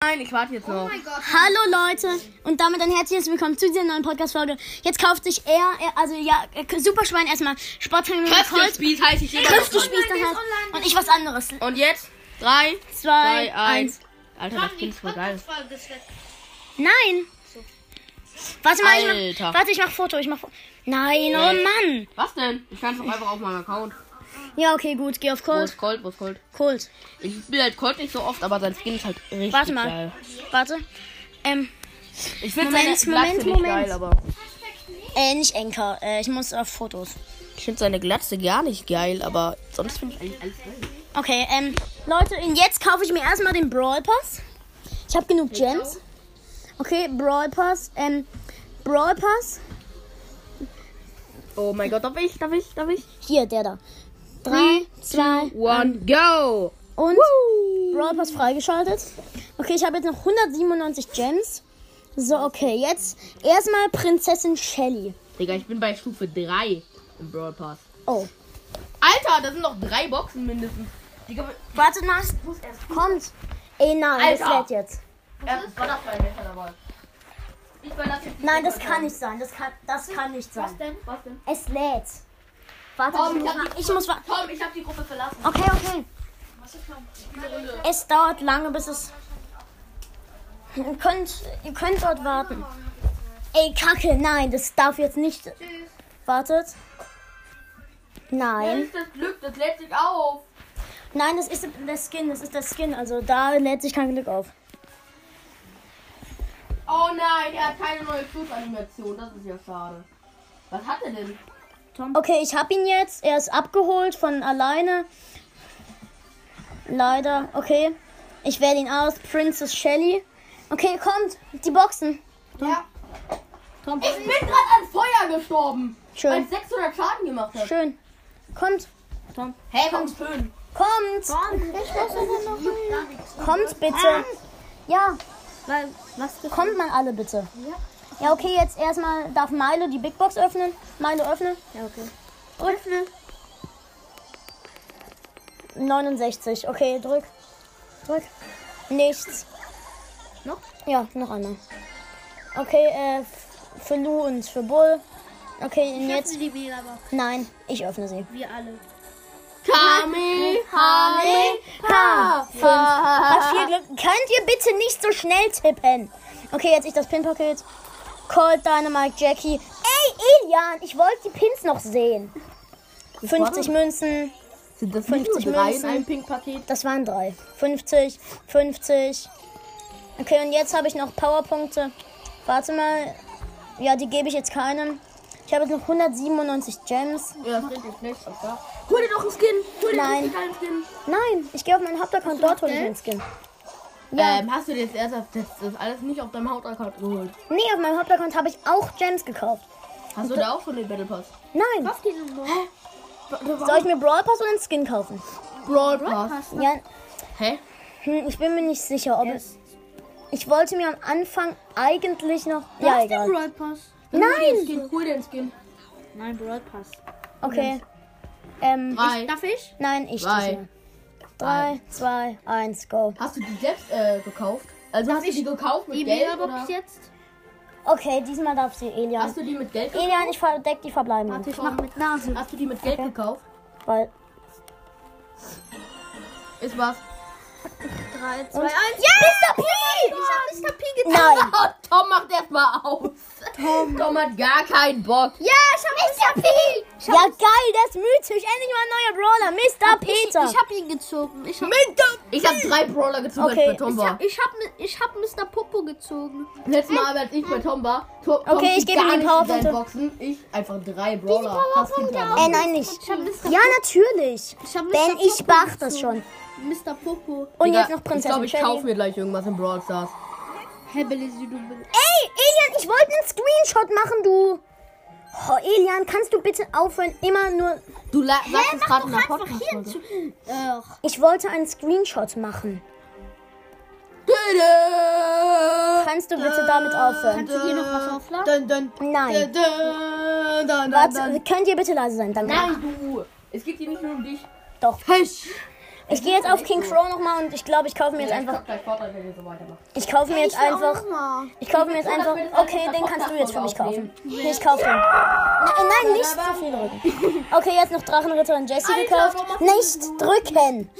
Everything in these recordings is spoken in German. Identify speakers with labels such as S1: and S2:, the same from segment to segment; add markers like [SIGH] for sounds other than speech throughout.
S1: Nein, ich warte jetzt
S2: Oh
S1: noch.
S2: mein Gott.
S3: Hallo Leute und damit ein herzliches Willkommen zu dieser neuen Podcast-Folge. Jetzt kauft sich er, er also ja, äh, Superschwein erstmal Sporthangeln mit Holz.
S1: Kräftespiel heiße ich immer.
S3: Kräftespiel
S2: Online,
S3: dann
S2: der
S3: halt.
S2: ist online.
S3: Und ich was anderes.
S1: Und jetzt? 3,
S3: Zwei,
S1: 2, 1.
S3: eins.
S1: Alter,
S2: Komm,
S1: das
S2: die
S1: Kind ist voll geil.
S2: Podcast-Folge ist weg.
S3: Nein. Warte mal, ich
S1: Alter.
S3: mach, warte, ich mach Foto, ich mach Foto. Nein, oh
S1: Nee.
S3: Mann.
S1: Was denn? Ich kann es doch einfach auf meinem Account.
S3: Ja, okay, gut, geh auf
S1: Wo ist
S3: Cold.
S1: Colt? Wo ist Colt?
S3: Cold.
S1: Ich spiele halt Colt nicht so oft, aber sein Skin ist halt richtig
S3: Warte mal.
S1: geil.
S3: Warte. Ähm,
S1: Ich finde
S3: Moment,
S1: seine Glatze
S3: Moment,
S1: nicht
S3: Moment.
S1: geil, aber...
S3: äh, nicht Enker. Äh, ich muss auf Fotos.
S1: Ich finde seine Glatze gar nicht geil, aber sonst finde ich eigentlich alles geil.
S3: Okay, ähm, Leute, und jetzt kaufe ich mir erstmal den Brawl Pass. Ich habe genug Gems. Okay, Brawl Pass. Ähm, Brawl Pass.
S1: Oh mein Gott, darf ich, darf ich, darf ich?
S3: Hier, der da.
S1: Hm.
S3: Drei, zwei
S1: One, go!
S3: und Brawl Pass freigeschaltet. Okay, ich habe jetzt noch 197 Gems. So, okay, jetzt erstmal Prinzessin Shelly.
S1: Digga, ich bin bei Stufe 3 im Brawl Pass.
S3: Oh,
S1: Alter, da sind noch drei Boxen mindestens. Digga,
S3: wartet mal, es kommt. Ey, nein, das
S1: Alter.
S3: lädt jetzt.
S1: äh, war das mein Messer dabei? Ich war das jetzt nicht
S3: Nein, das
S1: dabei.
S3: kann nicht sein. Das kann, das kann nicht sein.
S1: Was denn? Was denn?
S3: Es lädt. Warte,
S1: Tom,
S3: ich, muss
S1: ich hab
S3: mal, ich muss wa-
S1: Tom, ich hab die Gruppe verlassen.
S3: Okay, okay. Es dauert lange, bis es. Ihr könnt, ihr könnt dort warten. Ey, Kacke, nein, das darf jetzt nicht. Wartet.
S1: Das
S3: Nein.
S1: ist das Glück, das lädt sich auf.
S3: Nein, das ist der Skin, das ist der Skin. Also da lädt sich kein Glück auf.
S1: Oh nein, er hat keine neue Flutanimation. Das ist ja schade. Was hat er denn?
S3: Okay, ich hab ihn jetzt. Er ist abgeholt von alleine. Leider. Okay. Ich wähle ihn aus. Princess Shelly. Okay, kommt. Die Boxen.
S1: Ja.
S3: Tom.
S1: Ich bin gerade an Feuer gestorben. Weil
S3: Schön.
S1: es 600 Schaden gemacht hat.
S3: Schön. Kommt.
S1: Hey, komm, schön.
S3: Kommt. Kommt bitte. Ja. Kommt mal alle bitte. Ja, okay, jetzt erstmal darf Milo die Big Box öffnen. Milo öffne. Ja, okay. Öffne. 69. Okay, drück. Drück. Nichts.
S1: Noch?
S3: Ja, noch einmal. Okay, äh, f- für Lou und für Bull. Okay, und jetzt.
S2: Die Megabox.
S3: Nein, ich öffne sie.
S2: Wir alle.
S1: Kami, Hami,
S3: Ha! Fünf. Hat viel Glück. Könnt ihr bitte nicht so schnell tippen? Okay, jetzt ich das Pinpocket. Colt, Dynamite, Jackie. Ey, Elian, ich wollte die Pins noch sehen. 50 Münzen.
S1: Sind das
S3: nicht nur 50 drei in Münzen. einem
S1: Pink-Paket?
S3: Das waren drei. 50, 50. Okay, und jetzt habe ich noch Powerpunkte. Warte mal. Ja, die gebe ich jetzt keinem. Ich habe jetzt noch 197 Gems.
S1: Ja, das ist schlecht. Hol dir doch einen Skin. Hol dir
S3: Nein.
S1: einen geilen Skin.
S3: Nein, ich gehe auf meinen Hauptaccount. Dort hole ich den Skin. Ja.
S1: Ähm, hast du dir jetzt erst auf das, das alles nicht auf deinem Hauptaccount geholt?
S3: Nee, auf meinem Hauptaccount habe ich auch Gems gekauft.
S1: Hast du da auch schon den Battle Pass?
S3: Nein.
S2: Auf die Nummer.
S3: Soll ich mir Brawl Pass oder einen Skin kaufen?
S1: Brawl Pass.
S3: Ja,
S1: Hä?
S3: hm, ich bin mir nicht sicher, ob es. Ich wollte mir am Anfang eigentlich noch. Ja, egal.
S2: Brawl Pass.
S3: Nein!
S1: Skin, hol dir einen Skin.
S2: Nein, Brawl Pass.
S3: Okay. Ähm,
S1: Drei.
S2: Darf ich?
S3: nein, ich
S1: Drei.
S3: diesmal. Drei, zwei, eins, go.
S1: Hast du die selbst äh, gekauft? Also hast du die gekauft mit
S2: Die
S1: Geld? Oder
S2: Megabox jetzt?
S3: Okay, diesmal darf sie Elian.
S1: hast du die mit Geld gekauft?
S3: Elian, ich verdeck die verbleibenden.
S2: Warte, ich mach mit Nase.
S1: Hast du die mit Geld gekauft?
S3: Weil.
S1: Ist was?
S2: 3,
S3: Und
S2: 2, 1.
S3: Mr. P! Ich hab Mr. P Nein!
S1: Oh, [LAUGHS] Tom macht erstmal aus. Tom. hat gar keinen Bock.
S3: Ja, ich hab Mr. P! Ja, geil, der ist mythisch. Endlich mal ein neuer Brawler. Mr. Peter.
S2: Ich hab ihn gezogen. Ich hab,
S1: Ich habe drei Brawler gezogen,
S3: Okay,
S1: als ich bei Tom war.
S2: ich hab, ich hab Mr. Popo gezogen.
S1: Letztes Mal, als ich bei Tom war, Tom, Tom
S3: Okay,
S1: zieht
S3: ich gebe
S1: gar
S3: ihm
S1: nicht
S3: die
S1: in seinen
S3: Powerpunkte.
S1: Boxen. Ich einfach drei Brawler. Hast du drei
S3: Äh,
S1: Mann?
S3: nein, nicht.
S2: Ich hab Mr.
S3: Ja, natürlich.
S2: Ich hab Mr.
S3: Denn ich
S2: Popo
S3: mach das schon.
S2: gezogen. Mr. Popo.
S3: Und
S1: Digga,
S3: jetzt noch Prinzessin
S1: Ich glaube, ich kaufe
S3: Shelly.
S1: mir gleich irgendwas im Brawl Stars.
S2: Hebele Südubel.
S3: Ey, Elian, ich wollte einen Screenshot machen, du. Oh, Elian, kannst du bitte aufhören, immer nur...
S1: Du la- sagst es gerade in der Podcast.
S2: Ach.
S3: Ich wollte einen Screenshot machen. Kannst du bitte damit aufhören?
S2: Kannst du hier noch was aufladen?
S1: Dun, dun,
S3: Nein.
S1: dun, dun, dun,
S3: Warte,
S1: dun.
S3: könnt ihr bitte leise sein? Danke.
S1: Nein, du. Es geht hier nicht nur um dich.
S3: Doch.
S1: Hesch.
S3: Ich gehe jetzt auf King Crow nochmal und ich glaube, ich kaufe mir jetzt
S1: Ja, ich
S3: einfach.
S1: glaub gleich Fortnite, wenn ihr so weitermacht.
S3: Ich kaufe mir jetzt einfach.
S2: Mal.
S3: Ich kaufe mir jetzt
S1: Ich will
S3: einfach.
S1: das mit
S3: Okay,
S1: einer
S3: den kannst du jetzt für mich kaufen.
S1: Podcast-Folge
S3: Nee, ich kaufe den. Nein, nein, nicht zu viel
S1: [LAUGHS]
S3: drücken. Okay, jetzt noch Drachenritter und Jesse
S1: Alter,
S3: gekauft.
S1: warum
S3: Nicht drücken!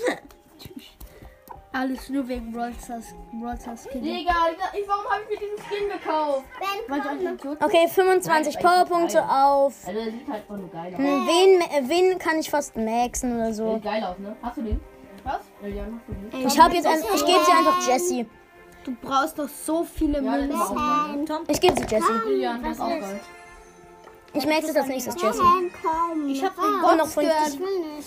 S2: Alles nur wegen Rolsters, Rolsters Kind.
S1: Digga, dieser- ich, warum habe ich mir diesen Skin gekauft?
S2: Weil ich euch nicht so
S3: Okay, 25 Powerpunkte auf.
S1: Also, der sieht halt voll geil aus.
S3: Hm, Wen, äh, wen kann ich fast maxen oder
S1: Der
S3: so?
S1: sieht geil aus, ne? Hast du den? Was? Elian, hast du den?
S3: Ich hab jetzt ein, ich gebe sie einfach Jesse.
S2: Du brauchst doch so viele
S1: Ja, das ist auch geil.
S3: Ich gebe sie Jesse.
S1: Elian, das ist auch geil.
S3: Ich max jetzt als nächstes Jesse.
S2: Ah, Ich hab den
S3: Und noch
S2: Gotts
S3: fünf.
S2: gehört.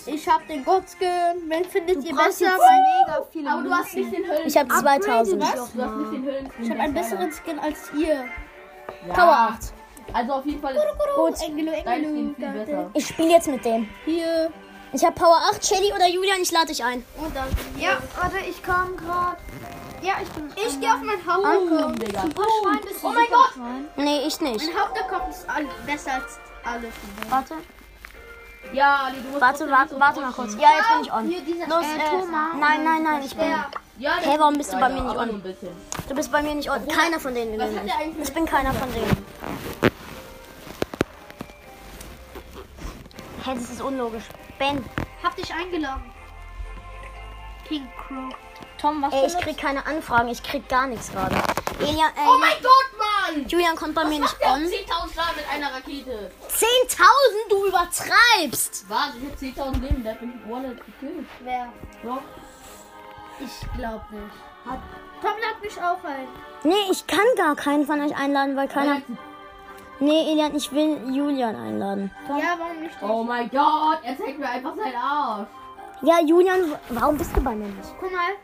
S2: Ich hab den Gotts gehört. Wen findet ihr
S3: brauchst
S2: besser?
S3: jetzt-
S2: Mega viele
S1: Aber du hast nicht den Höllen.
S3: Ich habe 2000.
S1: Was? Du hast nicht den Höllen.
S2: Ich hab einen besseren Skin als ihr.
S1: Ja.
S3: Power 8.
S1: Also auf jeden Fall ist
S3: Gut,
S2: Engelo,
S1: dein Skin viel
S2: Engelo.
S1: besser.
S3: ich spiele jetzt mit dem.
S2: Hier.
S3: Ich habe Power 8, Shelly oder Julian, ich lade dich ein.
S2: Und dann.
S4: Ja, warte, ich komme gerade. Ja, ich bin.
S2: Ich gehe auf mein
S1: Oh,
S2: Hauptdeck.
S1: Digga.
S4: Superschwein bist du.
S1: Oh mein Gott!
S4: Superschwein.
S3: Nee, ich nicht.
S2: Mein Hauptdeck kommt ist all- besser als alle von denen.
S3: Warte,
S1: Ja, Ali, du musst
S3: warte,
S1: trotzdem
S3: warte,
S1: so
S3: warte mal
S1: pushen.
S3: kurz. Ja, jetzt bin ich on.
S2: Hier dieser
S3: Los,
S2: äh,
S3: äh,
S2: Thomas.
S3: nein, nein, nein, ich bin.
S1: Ja,
S3: Hä, warum bist du bei mir nicht on?
S1: Ein bisschen.
S3: Du bist bei mir nicht on. Keiner von denen
S1: Was
S3: will
S1: hat
S3: mich.
S1: der eigentlich
S3: Ich bin keiner von denen. Hä, das ist unlogisch. Ben,
S4: Hab dich eingeladen. King Crow.
S3: Tom, was Ey, ich krieg keine Anfragen, ich krieg gar nichts gerade. Elia, ey,
S1: Oh mein Gott, Mann!
S3: Julian kommt bei mir
S1: Was
S3: nicht
S1: macht der
S3: on.
S1: 10.000 Schaden mit einer Rakete?
S3: 10.000, du übertreibst!
S1: Warte, ich hab 10.000 Leben, der hat mich mit Wallet gekillt.
S2: Wer?
S1: Doch.
S2: Ich glaub nicht. Hat Tom lad mich auch ein.
S3: Nee, ich kann gar keinen von euch einladen, weil keiner. Nee, Elian, ich will Julian einladen.
S2: Ja, warum nicht?
S1: Oh mein Gott, er zeigt mir einfach seinen Arsch.
S3: Ja, Julian, w- warum bist du bei mir nicht?
S2: Guck mal.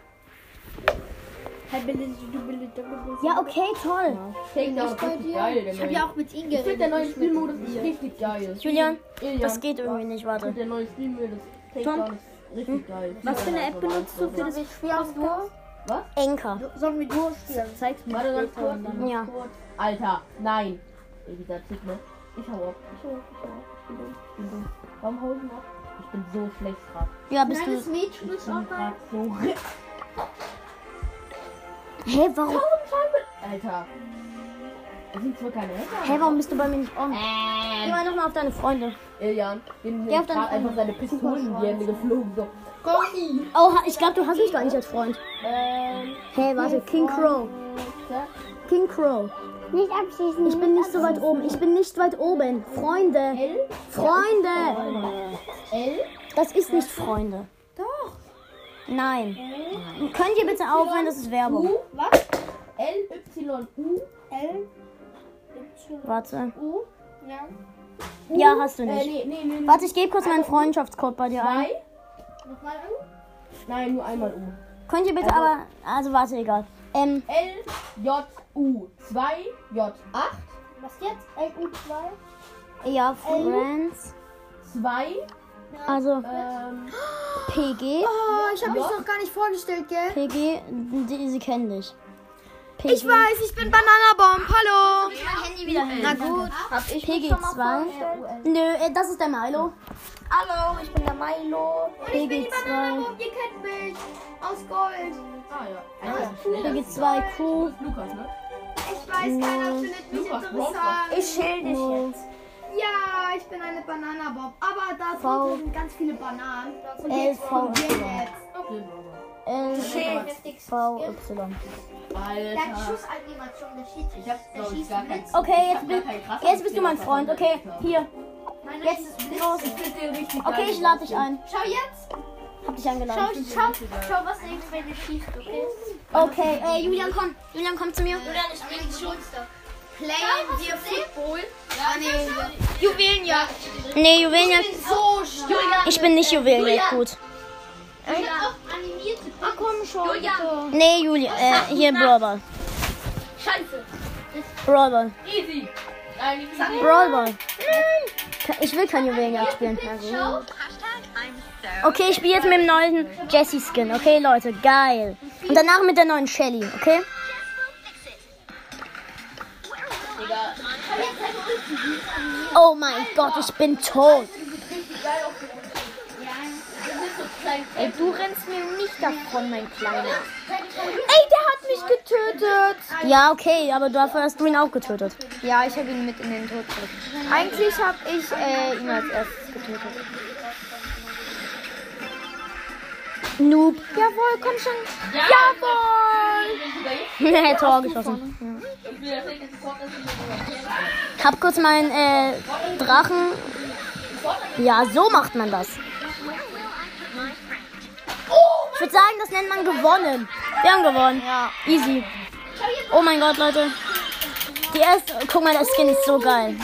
S2: Hey, Billy, du Billy, du Billy.
S3: Ja, okay, toll.
S1: Takedown ist richtig geil, der
S2: Ich hab
S1: neue.
S2: ja auch mit ihm
S1: Ich
S2: geredet.
S1: find der neue
S2: nicht mit
S1: Spielmodus ist
S2: ihr.
S1: richtig geil.
S3: Julian,
S1: Ilian,
S3: das geht irgendwie
S1: was?
S3: nicht,
S1: Ich find
S3: warte.
S1: Der neue Spielmodus
S3: Tom?
S1: Takedown ist richtig geil.
S2: Hm? Was für eine App benutzt du für das Spiel auf Duo?
S1: Was?
S3: Enka.
S2: Sollen wir Duo spielen? Zeig's mir.
S1: Warte ganz kurz. ganz
S3: Ja.
S1: kurz. Alter, nein. Ey, dieser Tipp, ne? Ich hau ab. Ich hau ab. Ich hau ab. Ich bin dumm. Ich bin dumm. Warum hau ich ihn ab? Ich bin so schlecht grad.
S3: Ja, bist
S2: Kleines
S3: du.
S2: Mädchen
S1: Ich
S2: ist
S1: bin
S2: auch
S1: grad so. Hä,
S3: Hä, warum?
S1: Alter. Das sind zwar keine Hacker.
S3: Hä, warum bist du bei mir nicht on? Geh
S1: Ähm.
S3: mal nochmal auf deine Freunde.
S1: Ilian, dem
S3: Geh
S1: sind
S3: auf deine
S1: grad einfach seine Pistolen in die Hände geflogen. So. Komm!
S3: Oh, ha- ich glaube, du hast mich gar nicht als Freund.
S1: Ähm.
S3: Hä, warte, King Crow.
S1: zack.
S3: King Crow.
S4: Nicht abschießen.
S3: Ich bin nicht so weit oben. Ich bin nicht weit oben. Freunde.
S1: L.
S3: Freunde.
S1: L.
S3: Das ist nicht Freunde.
S2: Doch.
S3: Nein. Könnt ihr bitte aufhören, das ist Werbung.
S1: U. Was? L. Y. U.
S2: L,
S3: Warte.
S2: U, ja.
S3: Ja, hast du
S1: Äh,
S3: nicht.
S1: nee, nee, nee. nee.
S3: Warte, ich gebe kurz meinen Freundschaftscode bei dir ein.
S1: Zwei.
S2: Nochmal an.
S1: Nein, nur einmal U.
S3: Könnt ihr bitte aber. Also, warte, egal. Ähm,
S1: L, J, U, 2, J, 8,
S2: Was jetzt? L, U, 2.
S3: ja, Friends.
S1: 2,
S3: Also,
S1: ähm,
S3: PG.
S4: Oh, ich hab
S1: mich
S4: doch gar nicht vorgestellt, gell?
S3: PG, die, sie kennen dich.
S4: Ich weiß, ich bin Bananabomb. Hallo.
S3: mein Handy wieder hin.
S4: Na gut.
S3: PG2. Nö, äh, das ist der Milo.
S4: Hallo, ich bin der Milo.
S3: PG2.
S4: ihr kennt mich. Aus Gold.
S1: ah ja, Alter,
S3: PG2Q.
S1: Lukas, ne?
S4: Ich weiß, keiner findet mich
S1: Lukas,
S4: interessant.
S3: Ich schilde dich jetzt.
S4: Ja, ich bin eine Bananabomb. Aber da
S3: V.
S4: drunten sind ganz viele Bananen. Und
S3: L,
S4: jetzt
S3: V,
S4: kommen wir jetzt.
S1: Okay.
S3: L, ähm, V, Y.
S4: Deine
S1: Alter.
S4: Schussanimation, der schießt.
S1: Ich hab, glaub ich, gar keinen
S3: Okay,
S1: ich
S3: jetzt
S1: hab
S3: bin-
S1: gar keinen krassen
S3: Jetzt bist du mein
S1: Fehler,
S3: Freund,
S1: was
S3: okay?
S1: ich
S3: Hier.
S4: Meine
S3: Jetzt
S4: schießt Blitz.
S3: los.
S1: Ich find den richtig
S3: Okay,
S1: geil.
S3: ich lade dich ein.
S4: Schau jetzt.
S3: Hab dich eingeladen.
S4: Schau, schau, schau, was denkst wenn du schießt, okay?
S5: Oh.
S3: Okay, äh, Julian, komm. Julian, komm zu mir.
S4: ich bin Schulster. Playen wir Football? Ja, nee. Juwelenjagd.
S3: Nee, Juwelenjagd.
S4: So stark.
S3: Ich bin nicht Juwelenjagd gut.
S4: auch animierte
S5: Ah,
S4: Ach komm schon. Julian.
S3: Nee, Julian. Äh, hier, Brawlball.
S4: Scheiße.
S3: Brawlball.
S1: Easy. Nein, ich bin
S3: Brawlball. Ich will kein Juwelenjagd spielen. Okay, ich spiele jetzt mit dem neuen Jessie-Skin. Okay, Leute, geil. Und danach mit der neuen Shelly, okay?
S1: Digga.
S3: Oh mein Gott, ich bin tot.
S1: Das ist richtig geil auf dem- Das ist so
S3: Ey, du rennst mir nicht davon, mein Kleiner. Ey, der hat mich getötet. Ja, okay, aber dafür hast du ihn auch getötet.
S5: Ja, ich habe ihn mit in den Tod gebracht. Eigentlich habe ich äh, ihn als erstes getötet.
S3: Noob.
S5: Jawohl, komm schon.
S3: [LAUGHS] Tor geschossen. Ich hab kurz meinen äh, Drachen. Ja, so macht man das. Ich würde sagen, das nennt man gewonnen. Wir haben gewonnen. Ja. Easy. Oh mein Gott, Leute. Die erste. Guck mal, der Skin ist so geil.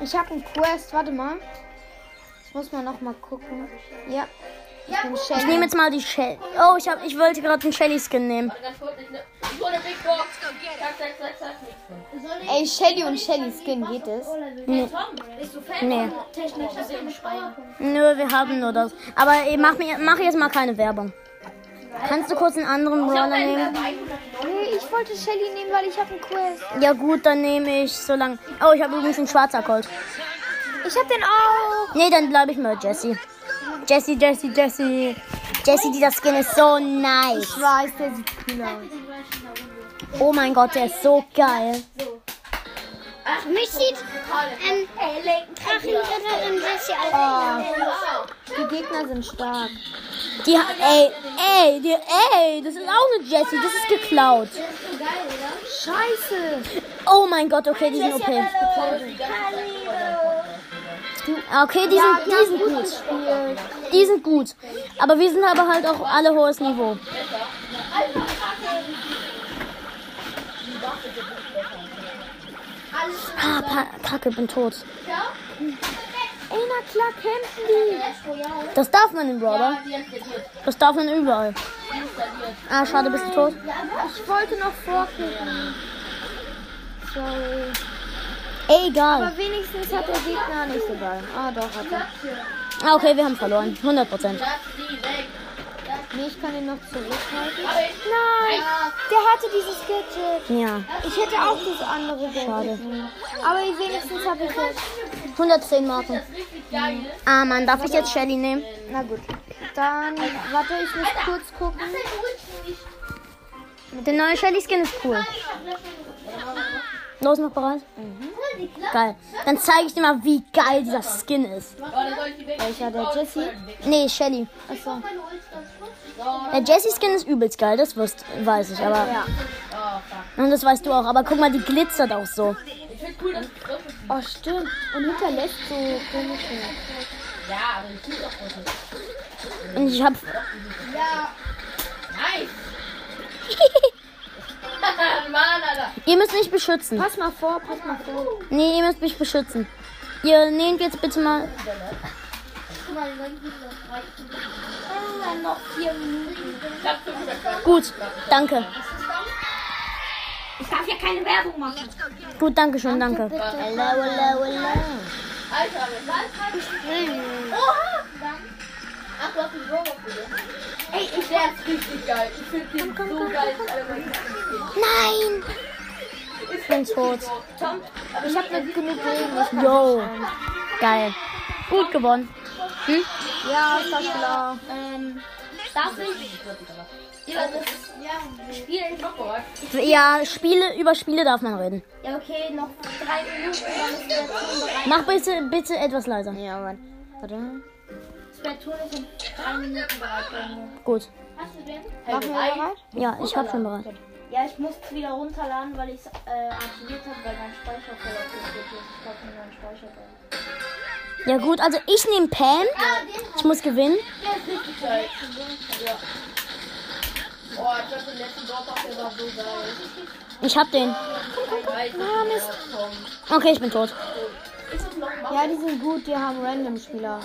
S5: Ich habe einen Quest, warte mal. Ich muss mal noch mal gucken. Ja. Ich bin
S3: Ich
S5: Shelly.
S3: nehme jetzt mal die Shell. Oh, ich, hab, ich wollte gerade einen Shelly-Skin nehmen.
S5: Ey, Shelly und Shelly Skin geht es?
S3: Nee.
S4: Technisch ist eben Speyer.
S3: Nö, wir haben nur das. Aber ey, mach, mir, mach jetzt mal keine Werbung. Kannst du kurz einen anderen Brawler nehmen?
S5: Nee, ich wollte Shelly nehmen, weil ich habe einen Quest.
S3: Ja gut, dann nehme ich so lang. Oh, ich habe übrigens einen schwarzer Colt.
S5: Ich habe den auch.
S3: Nee, dann bleibe ich mal Jesse. Jesse, Jesse, Jesse. Jesse, dieser Skin ist so nice.
S5: Ich weiß, der sieht cool aus.
S3: Oh mein Gott, der ist so geil.
S4: Mich sieht ähm, ein Drachenritter in Jesse aus.
S5: Oh, Die Gegner sind stark.
S3: Die, ha- ey, ey, die, ey, das ist auch eine Jesse. Das ist geklaut.
S5: Scheiße.
S3: Oh mein Gott, okay, die sind OP. Okay, die sind, die sind gut. Die sind gut. Aber wir sind aber halt auch alle hohes Niveau. Ah, pa- Kacke, bin tot.
S5: Ey, na klar, kämpfen die.
S3: Das darf man im Brawler. Das darf man überall. Ah, schade, bist du tot?
S5: Ich wollte noch vorklicken. Sorry.
S3: Egal.
S5: Aber wenigstens hat der Gegner nicht so geil. Ah, doch, hat er.
S3: Ah, okay, wir haben verloren. 100%.
S5: Nee, ich kann ihn noch zurückhalten. Nein, der hatte dieses Gadget.
S3: Ja.
S5: Ich hätte auch das andere Gadget. Schade. Aber wenigstens habe ich jetzt.
S3: 110 Marken. Ah, Mann, darf ich jetzt Shelly nehmen?
S5: Na gut. Dann, warte, ich muss kurz gucken.
S3: Der neue Shelly-Skin ist cool. Los, noch bereit? Geil. Dann zeige ich dir mal, wie geil dieser Skin ist.
S5: Welcher, der Jesse?
S3: Nee, Shelly.
S5: Achso.
S3: Der Jessie-Skin ist übelst geil, das wirst, weiß ich, aber. Und das weißt du auch, aber guck mal, die glitzert auch so.
S5: Oh, stimmt. Und hinterlässt so komische.
S3: Und ich hab. [LAUGHS]
S1: [LAUGHS]
S3: Ihr müsst nicht beschützen.
S5: Pass mal vor, pass mal vor.
S3: Nee, ihr müsst mich beschützen. Ihr nehmt jetzt bitte mal.
S5: Ah,
S3: Gut, danke.
S4: Ich darf ja keine Werbung machen.
S3: Gut, danke schön, danke.
S4: Ey, ich werd's richtig geil. Ich find den so geil.
S3: Nein! Ich bin tot.
S4: Tom,
S5: Ich habe nicht genug Leben. Ich
S3: Yo. Geil. Gut gewonnen.
S5: ja, ist doch klar.
S4: darf ich? Ja, das ist ja, Spiel.
S3: Ja, Spiele, über Spiele darf man reden.
S4: Ja, okay, noch drei Minuten, dann ist der Ton bereit.
S3: Mach bitte, bitte etwas leiser.
S5: Ja, Mann. Warte.
S4: Der Ton ist in drei Minuten bereit.
S3: Gut.
S4: Hast du den?
S5: Machen wir bereit?
S3: Ja, ich hab schon bereit.
S4: Ja, ich muss es wieder runterladen, weil ich es äh, aktiviert habe, weil mein Speicher voll aufgeführt ist. Ich glaube, mein Speicher voll.
S3: Ja gut, also ich nehme
S4: Ah,
S3: Pam. Ich muss gewinnen.
S4: Der ist richtig geil.
S3: Ich hab den. Okay, ich bin tot.
S5: Ja, die sind gut. Die haben Random-Spieler.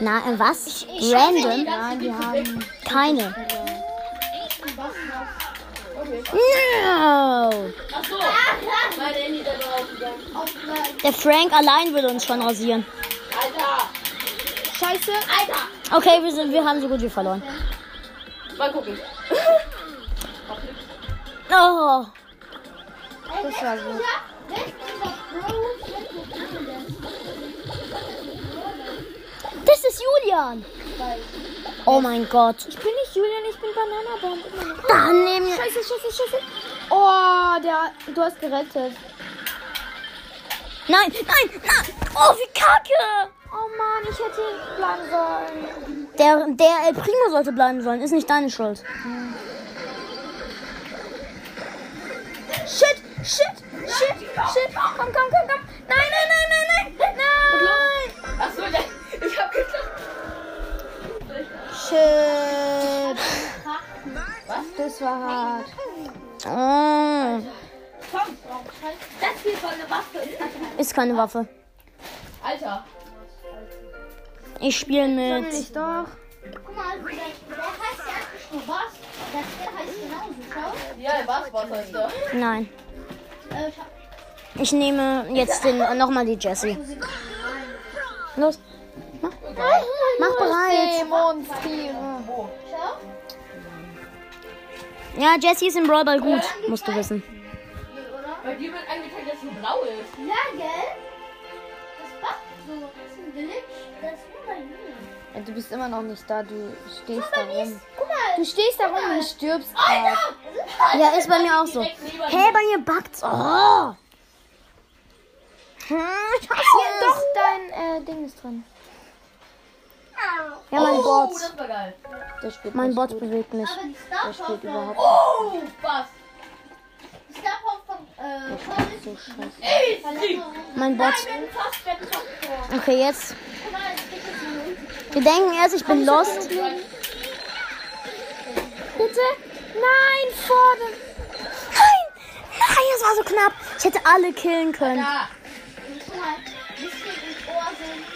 S3: Na, äh, was? Random?
S5: Nein, die haben.
S3: Keine. No! Der Frank allein würde uns schon rasieren.
S5: Scheiße.
S3: Okay, wir, sind, wir haben so gut wie verloren.
S1: Mal gucken.
S3: Oh,
S5: Das war so.
S3: this is ist Julian. Oh mein Gott.
S5: Ich bin nicht Julian, ich bin Bananabaum. Oh mein Gott.
S3: Dann nehmen wir.
S5: Scheiße, scheiße, scheiße. Oh, der, du hast gerettet.
S3: Nein, nein, nein. Oh, wie kacke.
S5: Oh Mann, ich hätte ihn bleiben sollen.
S3: Der, der El Primo sollte bleiben sollen. Ist nicht deine Schuld.
S5: Shit, shit, shit, oh, shit. Komm, komm, komm, komm. Nein, nein, nein, nein, nein. Nein.
S1: Achso, ich, ich hab gedacht.
S5: Shit. Das war hart.
S3: Oh,
S1: Komm, das hier soll eine Waffe.
S3: ist keine Waffe.
S1: Alter.
S3: Ich spiele mit.
S5: doch.
S4: Guck mal, der, der heißt ja eigentlich nur was. Das hier heißt genauso. Schau.
S1: Ja, was was heißt da?
S3: Nein.
S4: Äh, schau.
S3: Ich nehme jetzt den nochmal die Jessie. Los. Mach, mach bereit.
S5: Demonstrieren.
S1: Wo?
S4: schau.
S3: Ja, Jessie ist im Brawl Ball gut, musst du wissen.
S1: Bei dir wird angezeigt, dass du blau ist.
S4: Ja, gell? Das passt so. Das ist ein Glitch. Das ist nur bei mir.
S5: Du bist immer noch nicht da, du stehst da
S4: Guck mal, wie
S5: rum.
S4: es- Guck mal. Oh,
S5: Du stehst da rum und stirbst grad.
S3: Ja, ist bei mir auch so. Hä, hey, bei mir backt's. Oh. Hm, ich hasse
S5: Hier, doch, dein äh, Ding ist drin.
S3: Ja, mein
S1: Oh,
S3: Bot.
S1: das war geil.
S5: Der spielt
S3: Mein
S5: nicht
S3: Bot
S5: gut.
S3: bewegt mich.
S4: Aber die Star
S5: Der spielt
S4: Power
S5: überhaupt
S1: Oh, was?
S4: Die Star Power von äh, Call ist
S5: so scheiße.
S1: Ey, sie.
S4: Verlängerung.
S3: Mein Bot.
S4: Nein, fast werden Tor.
S3: Okay, jetzt.
S4: Guck mal, es geht jetzt nur.
S3: Wir denken erst, ich bin lost.
S5: Bitte? Nein, vorne.
S3: Nein! Nein, das war so knapp. Ich hätte alle killen können.
S1: Da.
S4: Guck mal, bisschen im Ohr sind.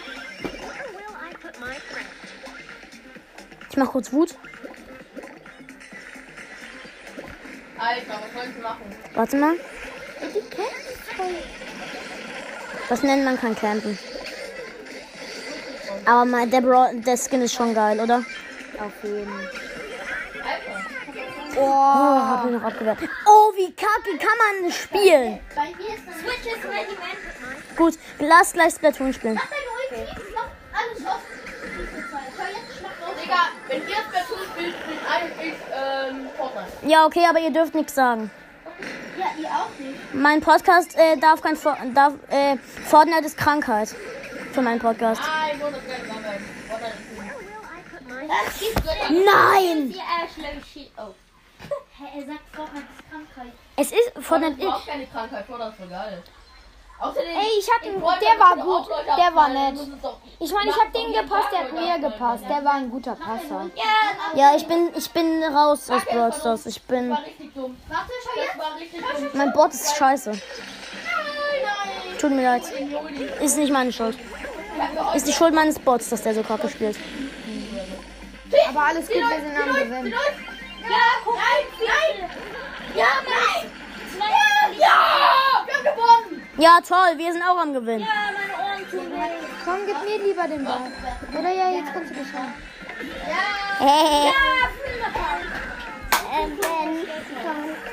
S3: Ich mach kurz Wut.
S1: Alter, was soll ich machen?
S3: Warte mal. Das nennt man kein Campen. Aber mal, der, Bra der Skin ist schon geil, oder?
S5: Auf jeden
S1: Alter.
S3: Oh, hab ihn noch abgewehrt. Oh, wie kacke kann man das spielen?
S4: Bei mir ist das Switch ist ready, man.
S3: Gut, lass gleich Splatoon spielen.
S4: Mach deine Ulti, ist noch alles offen. Diese zwei. Schau, jetzt schlag auf.
S1: Digga, wenn ihr das Battle spielt, spielt ein und ich ähm, Fortnite.
S3: Ja, okay, aber ihr dürft nichts sagen.
S4: Ja, ihr auch nicht.
S3: Mein Podcast äh, darf kein For darf, äh, Fortnite ist Krankheit. Für meinen Podcast.
S1: Ah, ich muss das gleich machen. Fortnite ist cool.
S4: Das geht so.
S3: Nein!
S4: Die Ashley Shit. Oh. Hä, er sagt vorher, das ist Krankheit.
S3: Es
S1: Fortnite
S3: ist Fortnite.
S1: ist überhaupt keine Krankheit, Fortnite ist voll geil. Außerdem,
S5: Ey, ich hab den-
S1: in Fortnite
S5: der war
S1: müssen auch
S5: gut,
S1: Leute
S5: der war
S1: abknallen,
S5: nett.
S1: die müssen es doch-
S5: Ich meine, ich
S1: machen
S5: hab
S1: doch
S5: den
S1: jeden
S5: gepasst, der
S1: Tag
S5: hat
S1: Leute
S5: mir
S1: abknallen.
S5: gepasst. Der war ein guter Passer.
S4: Ja,
S3: Ja, ich bin, ich bin raus aus Brawl Stars. Ich
S1: Das
S3: bin.
S1: war richtig dumm.
S4: Warte, schau
S1: Das
S4: jetzt.
S1: war richtig dumm.
S3: Mein Bot ist scheiße.
S4: Nein.
S3: Tut mir leid.
S1: Den Juli.
S3: Ist nicht meine Schuld.
S1: Ich hab mir heute-
S3: Ist die Schuld meines Bots, dass der so kacke spielt.
S5: Aber alles gut, wir sind am Gewinn.
S4: Ja, guck. Nein, nein. Ja, nein. Zwei.
S1: Ja! Wir haben gewonnen!
S3: Ja, toll, wir sind auch am Gewinn.
S4: Ja, meine Ohren tun weh.
S5: Komm, gib mir lieber den Ball. Oder ja, jetzt kannst du beschreiben.
S3: Hey.
S4: Ah, Fliederfall.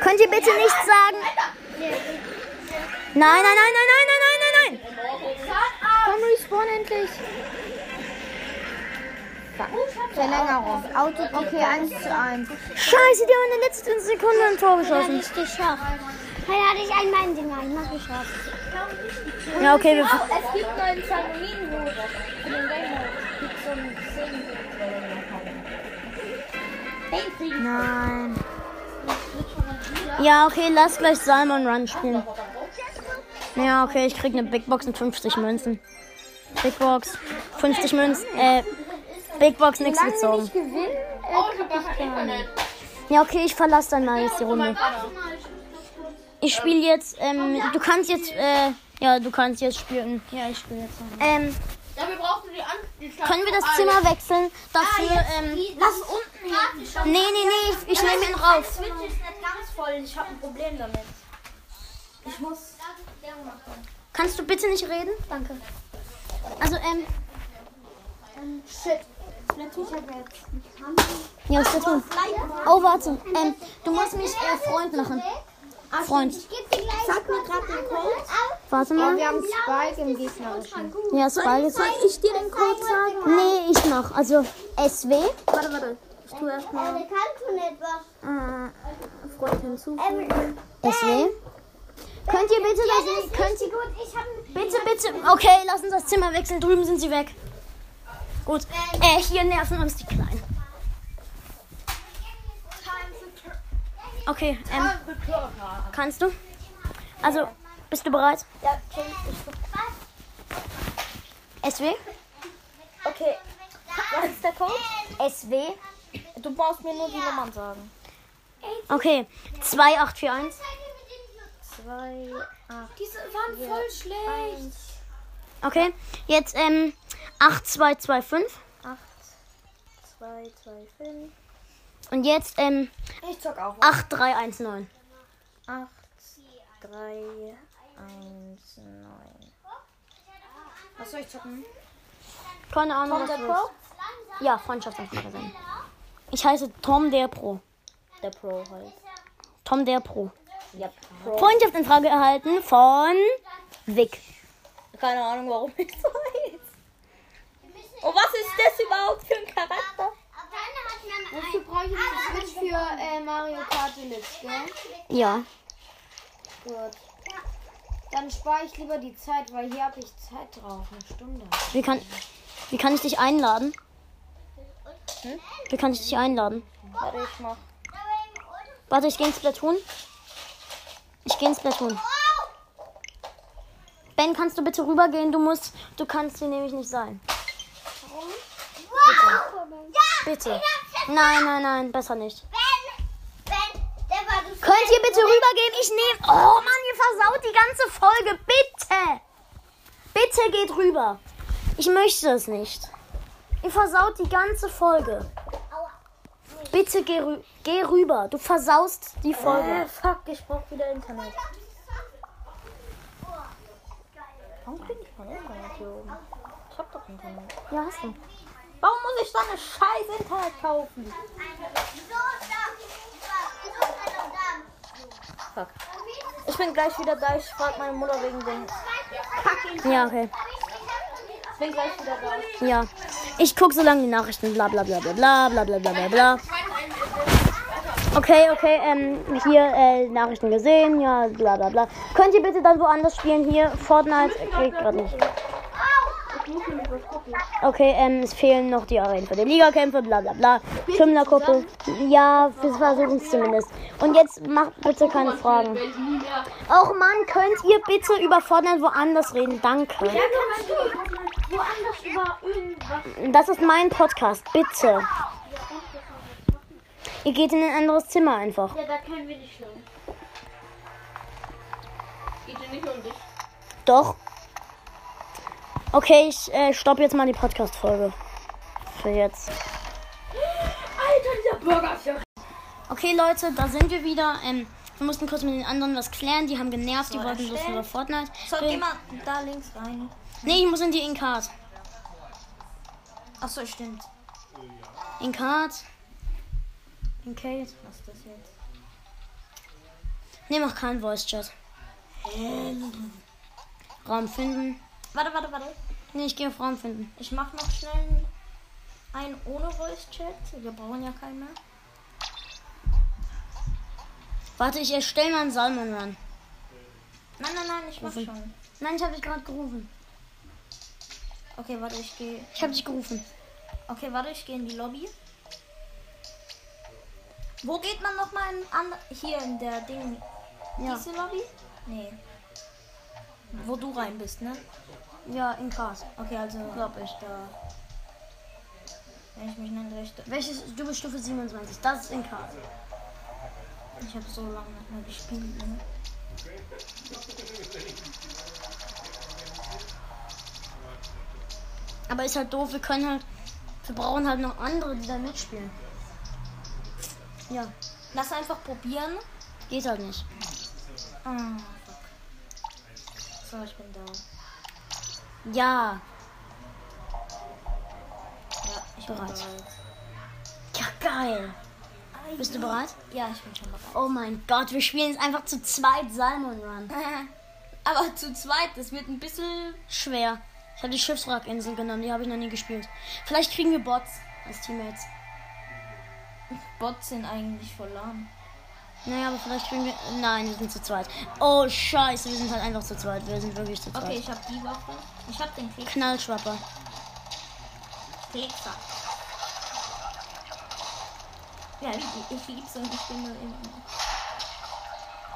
S3: Könnt ihr bitte nichts sagen? Nein, nein, nein, nein, nein, nein, nein, nein, nein.
S5: Komm, respawn endlich. Fuck. Verlängerung. Auto. Okay, 1 zu 1.
S3: Scheiße, die haben in der letzten Sekunde ein Tor geschossen.
S5: geschafft.
S6: Heute hatte ich einen meinen Dinger, ich mach mich auf.
S3: Ja, okay, wir.
S4: Es gibt neuen Salmoninen-Modus. Für den Game-Modus gibt es so einen Segen.
S5: Nein.
S3: Ja, okay, lass gleich Salmon Run spielen. Ja, okay, ich krieg eine Big Box mit 50 Münzen. Big Box, 50 Münzen, äh, Big Box nix gezogen.
S5: Gewinn?
S1: Oh, ich hab gar kein Internet.
S3: Ja, okay, ich verlasse dann mal jetzt die Runde.
S1: Warte mal.
S3: Ich spiele jetzt, ähm, du kannst jetzt, äh, ja, du kannst jetzt spielen. Ja, ich spiele jetzt. Ähm,
S1: Ja, wir brauchen die An die Stadt-
S3: können wir das
S1: Ah,
S3: Zimmer wechseln? Dafür, ähm,
S4: Lass es unten hin.
S3: nee, nee, nee, ich, ich nehme ihn
S4: Mein
S3: rauf.
S4: Switch ist nicht ganz voll. Ich habe ein Problem damit. Ich muss.
S3: Kannst du bitte nicht reden? Danke. Also, ähm,
S4: Shit. Natürlich hat er jetzt.
S3: ja, was soll ich tun?
S6: Bleib mal.
S3: Oh, warte, ähm, du musst mich, äh, Freund machen. Freund.
S6: Ich geb dir Sag mir gerade den Code.
S3: Warte
S5: Oh,
S3: mal.
S5: wir haben Spike im gegnerischen.
S3: Ja, Spike ist.
S6: Soll ich dir den Code sagen?
S3: Nee, ich noch. Also SW.
S5: Äh, Warte, warte. Ich tue erstmal
S6: Äh, kannst du nicht was.
S5: äh, Freund hinzufügen.
S6: Ähm,
S3: SW.
S5: ähm.
S3: Könnt ihr bitte das. Könnt ihr
S6: gut. Ich habe
S3: Bitte, bitte. Okay, lass uns das Zimmer wechseln. Drüben sind sie weg. Gut. Äh, hier nerven uns die Kleinen. Okay, ähm. Kannst du? Also, bist du bereit?
S6: Ja, ich
S3: SW?
S6: Okay. Was ist der Code?
S3: SW?
S6: Du brauchst mir nur die Nummern sagen.
S3: Okay. 2841.
S2: Diese waren voll schlecht.
S3: Okay. Jetzt, ähm. 8225.
S6: 2, 2, 5,
S3: Und jetzt, ähm.
S6: Ich zock auch.
S3: 8319.
S6: 8, 3, 1, 9. Was soll ich zocken?
S3: Keine Ahnung, was du willst. Ja, Freundschaftsanfragen. Ich heiße Tom der Pro.
S6: Der Pro halt.
S3: Tom der Pro.
S6: Ja, Pro.
S3: Freundschaftsanfrage erhalten von Vic.
S6: Keine Ahnung, warum ich so heiß. Oh, was ist das überhaupt für ein Charakter?
S5: Wofür brauche ich jetzt die Switch für äh, Mario Kart Deluxe, gell?
S3: Ja.
S5: Gut. Dann spare ich lieber die Zeit, weil hier habe ich Zeit drauf. Eine Stunde.
S3: Wie kann, wie kann ich dich einladen? Hm? Wie kann ich dich einladen?
S6: Warte, ich mach.
S3: Warte, ich gehe ins Platoon. Ich gehe ins Platoon.
S6: Oh,
S3: Ben, kannst du bitte rübergehen? Du musst, du kannst hier nämlich nicht sein. Bitte. Nein, nein, nein, besser nicht. Könnt ihr bitte rübergehen? Ich nehme. Oh Mann, ihr versaut die ganze Folge. Bitte. Bitte geht rüber. Ich möchte es nicht. Ihr versaut die ganze Folge. Bitte geh, rü geh rüber. Du versaust die
S6: Äh,
S3: Folge.
S4: Fuck, ich brauch wieder Internet.
S6: Warum krieg ich kein Internet hier oben? Ich hab doch Internet.
S3: Ja, hast du.
S6: Warum muss ich dann eine scheiß Internet kaufen? Fuck. Ich bin gleich wieder da. Ich frag meine Mutter wegen dem.
S3: Ja, okay.
S6: Ich bin gleich wieder da.
S3: Ja. Ich gucke so lange die Nachrichten. Bla bla bla bla bla bla bla bla bla bla. Okay, okay, ähm, hier äh, Nachrichten gesehen, ja, bla bla bla. Könnt ihr bitte dann woanders spielen? Hier, Fortnite äh, geht gerade nicht. Okay, ähm, es fehlen noch die Arenen für die Ligakämpfe, bla bla bla. Schimmlergruppe. Ja, wir versuchen es zumindest. Und jetzt macht bitte keine Fragen. Och Mann, könnt ihr bitte über Fortnite woanders reden? Danke.
S4: Woanders über irgendwas.
S3: Das ist mein Podcast, bitte. Ihr geht in ein anderes Zimmer einfach.
S4: Ja, da können wir nicht schlagen.
S1: Geht dir nicht
S5: [LAUGHS]
S1: um dich.
S3: Doch. Okay, ich äh, stopp jetzt mal die Podcast-Folge. Für jetzt.
S1: Alter, dieser Burger ist ja
S3: Okay, Leute, da sind wir wieder. Ähm, wir mussten kurz mit den anderen was klären. Die haben genervt, die wollten bloß über Fortnite.
S6: So,
S3: reden.
S6: geh mal da links rein.
S3: Nee, ich muss in die Inkart.
S6: Achso, stimmt.
S3: Inkart. Inkate.
S6: Was ist das jetzt?
S3: Nee, mach keinen Voice-Chat. Raum finden.
S6: Warte, warte, warte.
S3: Nee, ich gehe auf Raum finden.
S6: Ich mach noch schnell einen ohne Voice Chat. Wir brauchen ja keinen mehr.
S3: Warte, ich erstelle mal einen Salmon Run.
S6: Nein, nein, nein, ich mach schon.
S3: Nein, ich habe dich gerade gerufen.
S6: Okay, warte, ich gehe.
S3: Ich habe dich gerufen.
S6: Okay, warte, ich gehe in die Lobby. Wo geht man nochmal in an hier in der Ding?
S3: Ja.
S6: Diese Lobby? Nee. Wo du rein bist, ne?
S3: Ja, in Gras.
S6: Okay, also glaube ich da. Wenn ich mich nicht recht.
S3: Welches? Du bist Stufe 27. Das ist in Gras.
S6: Ich habe so lange nicht mehr gespielt, ne?
S3: Aber ist halt doof. Wir können halt. Wir brauchen halt noch andere, die da mitspielen. Ja,
S6: Lass einfach probieren.
S3: geht halt nicht.
S6: Ah, fuck. So, ich bin da.
S3: Ja.
S6: Ja, ich bin
S3: Bereit.
S6: bereit.
S3: Ja, geil. Bist du bereit?
S7: Ja, ich bin schon bereit.
S3: Oh mein Gott, wir spielen jetzt einfach zu zweit Salmon Run.
S8: Aber zu zweit, das wird ein bisschen.
S3: Schwer. Ich habe die Schiffswrackinsel genommen, die habe ich noch nie gespielt. Vielleicht kriegen wir Bots als Teammates.
S8: Bots sind eigentlich voll lahm.
S3: Naja, aber vielleicht kriegen wir. Nein, wir sind zu zweit. Oh Scheiße, wir sind halt einfach zu zweit. Wir sind wirklich zu zweit.
S5: Okay, ich hab die Waffe. Ich hab den Klick
S3: Knallschwapper.
S5: Klicksack. Ja, ich, ich lieb's und ich bin nur immer.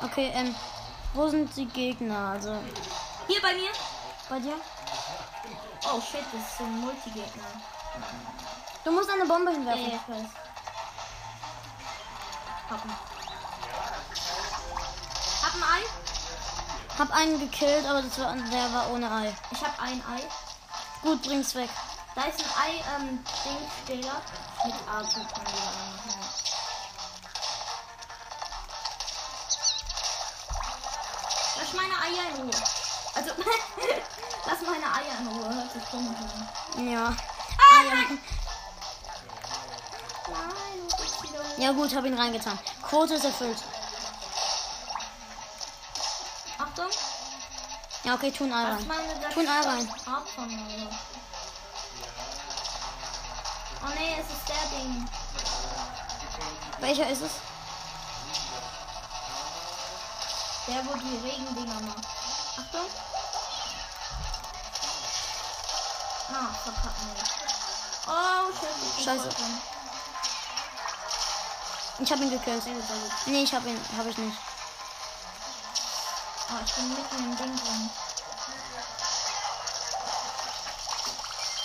S3: Okay, ähm, wo sind die Gegner? Also
S5: Hier bei mir.
S3: bei dir?
S5: Oh shit, das ist so ein Multigegner.
S3: Du musst eine Bombe
S5: Ja,
S3: hinwerfen.
S5: ja, ich weiß. Hab ihn. Hab ein Ei.
S3: Hab einen gekillt, aber das war, der war ohne Ei.
S5: Ich hab ein Ei.
S3: Gut, bring's weg.
S5: Da ist ein Ei, ähm, Dingstähler. Mit Arthur kann man wieder anmachen. Lass meine Eier in Ruhe. Also, [LAUGHS] lass meine Eier in Ruhe. Hört sich komisch an.
S3: Ja.
S5: Nein, du bist wieder hoch.
S3: Ja gut, hab ihn reingetan. Quote ist erfüllt.
S5: Achtung,
S3: Ja, okay, tun Ei
S5: lass
S3: rein.
S5: meine das
S3: Tu ein Ei rein.
S5: Ab von mir. Oh nee, es ist der Ding.
S3: Welcher ist es?
S5: Der, wo die Regendinger macht. Achtung. Ah, verpacken wir. Oh, shit.
S3: Scheiße. Ich hab ihn gekillt. Nee, ich hab ihn, hab ich nicht.
S5: Oh, ich bin mitten im Ding drin.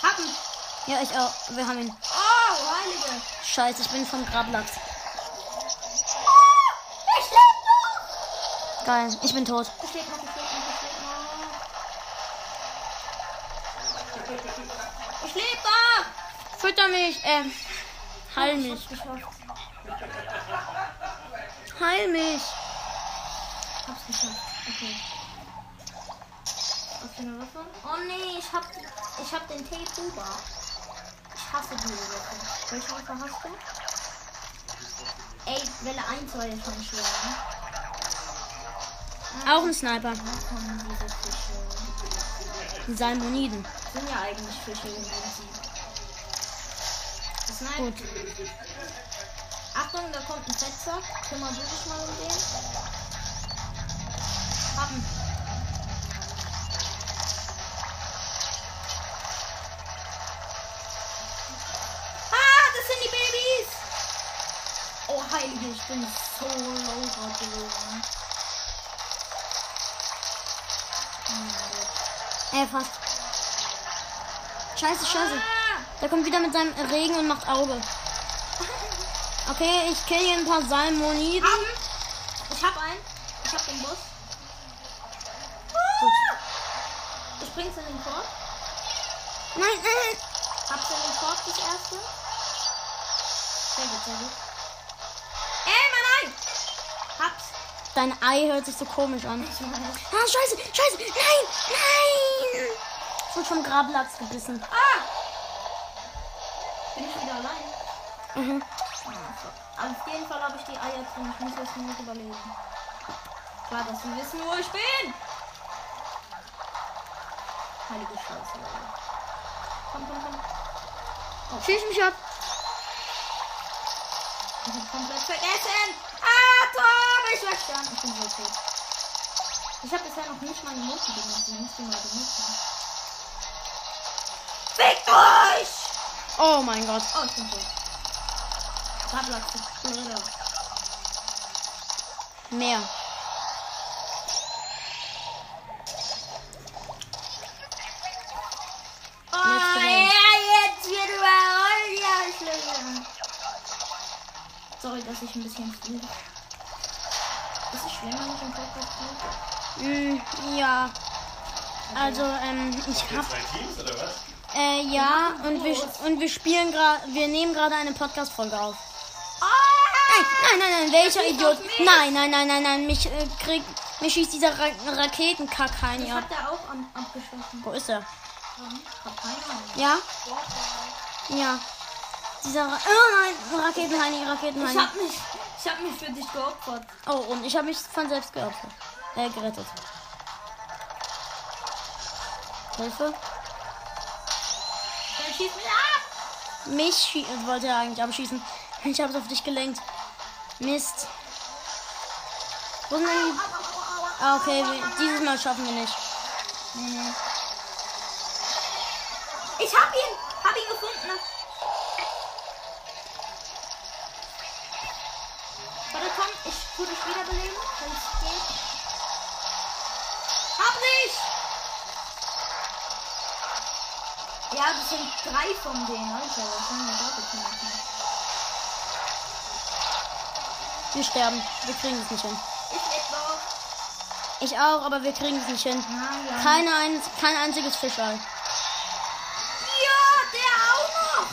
S5: Hacken!
S3: Ja, ich auch. Wir haben ihn.
S5: Oh, heilige!
S3: Scheiße, ich bin vom Grablachs. Geil, ich bin tot.
S5: Das steht noch, das steht noch, das steht noch. Ich lebe da!
S3: Fütter mich, ähm, heil mich.
S5: Geschafft.
S3: Heil mich.
S5: Hab's geschafft. Okay. Was für eine Waffe? Oh nee, ich hab, ich hab den Tape drüber. Ich hasse diese Waffe. Welche Waffe hast du? Ey, Welle 1 war ja schon schwer, ne?
S3: Auch ein Sniper.
S5: Wo kommen diese Fische?
S3: Die Salmoniden.
S5: Sind ja eigentlich Fische im Prinzip. Das ist
S3: Gut.
S5: Achtung, da kommt ein Fettsack. Kümmer du dich mal um den. Haben. Ah, das sind die Babys! Oh, heilige, ich bin so low gerade gewesen. Oh mein Gott.
S3: Äh, fast. Scheiße, scheiße. Der kommt wieder mit seinem Regen und macht Auge. Okay, ich kill hier ein paar Salmoniden.
S5: Haben. Ich hab einen. Ich hab den Bus. Ich bring's in den Korb.
S3: Nein, nein.
S5: Habt ihr den Korb, das erste? Sehr gut, sehr gut. Ey, mein Ei! Hab's.
S3: Dein Ei hört sich so komisch an.
S5: Ich weiß.
S3: Ah, scheiße, scheiße. Nein, nein. Ich wurde vom Grablachs gebissen.
S5: Bin ich wieder allein?
S3: Mhm.
S5: Ah, fuck. Auf jeden Fall habe ich die Eier drin. Ich muss jetzt nur noch überleben. Klar, dass sie wissen, wo ich bin. Heilige Scheiße. Alter. Komm, komm, Oh. komm.
S3: Schieß mich ab.
S5: Ich hab komplett vergessen. Ah, Tom, ich war sterben. Ich bin so tot. Ich habe bisher noch nicht meine Mutti benutzt. Ich muss die mal benutzen. Fickt euch!
S3: Oh mein Gott.
S5: Oh, ich bin tot. Rablax, ich bin wieder.
S3: Mehr.
S5: Oh,
S3: gewinnen.
S5: ja, jetzt wird überall ja schlimmer. Sorry, dass ich ein bisschen viel. Ist es schlimm, wenn ich im Podcast bin?
S3: Mm, ja. Also, ähm, ich hab
S9: Zwei Teams oder was?
S3: Äh, ja, und wir, und wir spielen gerade, wir nehmen gerade eine Podcast-Folge auf. Nein, nein, nein, nein, welcher Idiot. Nein, nein, nein, nein, nein, mich äh, kriegt, mich schießt dieser Ra Raketenkack Heini
S5: Ich
S3: ab.
S5: hab da auch am, abgeschossen.
S3: Wo ist er?
S5: Hab keine Ahnung.
S3: Ja? Ja. Dieser Ra oh nein, Raketenheini, Raketenheini.
S4: Ich hab mich, ich hab mich für dich geopfert.
S3: Oh, und ich habe mich von selbst geopfert. Äh, gerettet. Hilfe.
S4: Dann schieß mich ab!
S3: Mich schie- äh, wollte er eigentlich abschießen. Ich habe es auf dich gelenkt. Mist. Wo sind denn die... Ah, okay, wir, dieses Mal schaffen wir nicht.
S4: Ich hab ihn, hab ihn gefunden. Warte, komm, ich tu dich wiederbeleben, wenn es geht. Hab dich! Ja, das sind drei von denen, ne? Alter. Was sollen wir doppelt machen?
S3: Wir sterben. Wir kriegen es nicht hin.
S4: Ich etwa.
S3: Ich auch, aber wir kriegen es nicht hin.
S4: Nein, ja.
S3: Keine ein, kein einziges Fischei.
S4: Ja, der auch noch!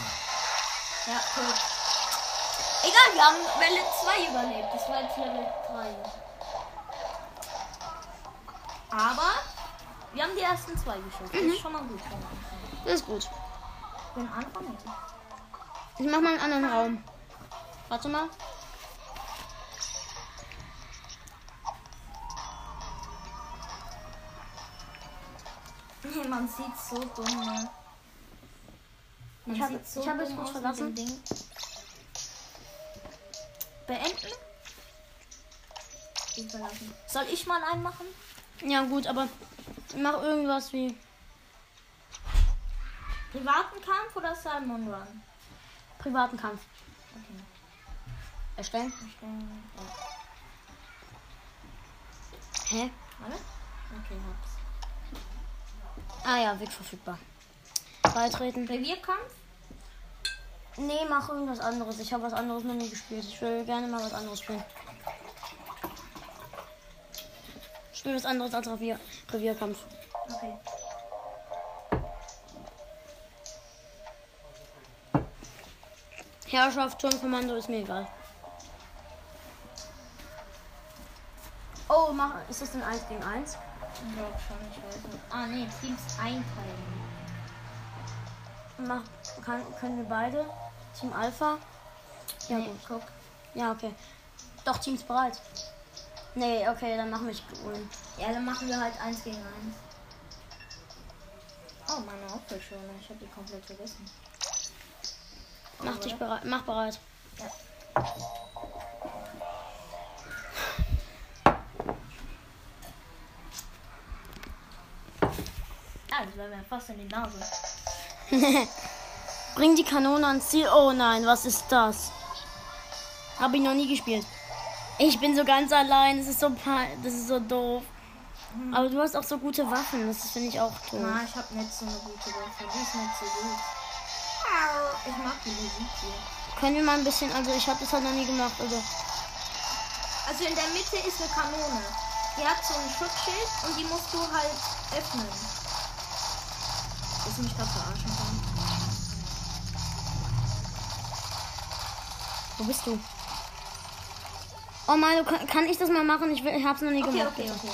S4: Ja, cool. Egal, wir haben Welle 2 überlebt. Das war jetzt Level 3. Aber wir haben die ersten zwei geschafft. Das ist schon mal gut.
S3: Das ist gut.
S4: Für den Anfang.
S3: Ich mach mal einen anderen Raum. Warte mal.
S4: Nee, Hm, man sieht so dumm. Ne? Man
S3: Ich hab-
S4: sieht so
S3: ich hab
S4: dumm
S3: es kurz
S4: aus mit
S3: verlassen.
S4: dem Ding. Beenden? Überlassen. Soll ich mal einen machen?
S3: Ja gut, aber mach irgendwas wie...
S4: Privaten Kampf oder Salmon Run?
S3: privaten Kampf. Erstellen? Hä?
S4: Alle? Okay, hab's.
S3: Ah ja, Weg verfügbar. Beitreten.
S4: Revierkampf?
S3: Nee, mach irgendwas anderes. Ich habe was anderes noch nie gespielt. Ich will gerne mal was anderes spielen. Spiel was anderes als Revier Revierkampf.
S4: Okay.
S3: Herrschaft, Turmkommando ist mir egal. Oh, mach, ist das denn 1 gegen 1?
S4: Ich glaube schon, ich weiß nicht. Ah, nee, Teams einteilen.
S3: Mach, kann, können wir beide? Team Alpha? Ja,
S4: nee,
S3: gut.
S4: guck.
S3: Ja, okay. Doch, Teams bereit. Nee, okay, dann machen wir es grün.
S4: Ja, dann machen wir halt eins gegen eins. Oh, meine Opferschone. Ich habe die komplett vergessen.
S3: Mach dich bereit. Mach bereit.
S4: Ah, das war mir fast in die Nase.
S3: Bring die Kanone ans Ziel. Oh nein, was ist das? Habe ich noch nie gespielt. Ich bin so ganz allein. Das ist so pein- das ist so doof. Aber du hast auch so gute Waffen. Das finde ich auch doof.
S4: Na, ich habe nicht so eine gute Waffe. Die ist nicht so gut. Ich mag die Musik hier.
S3: Können wir mal ein bisschen, also ich habe das halt noch nie gemacht. Also
S4: Also in der Mitte ist eine Kanone. Die hat so ein Schutzschild und die musst du halt öffnen. Dass du mich gerade verarschen kann.
S3: wo bist du? Oh Mario, kann, kann ich das mal machen? Ich, will- ich habe es noch nie
S4: Okay,
S3: gemacht.
S4: okay, okay.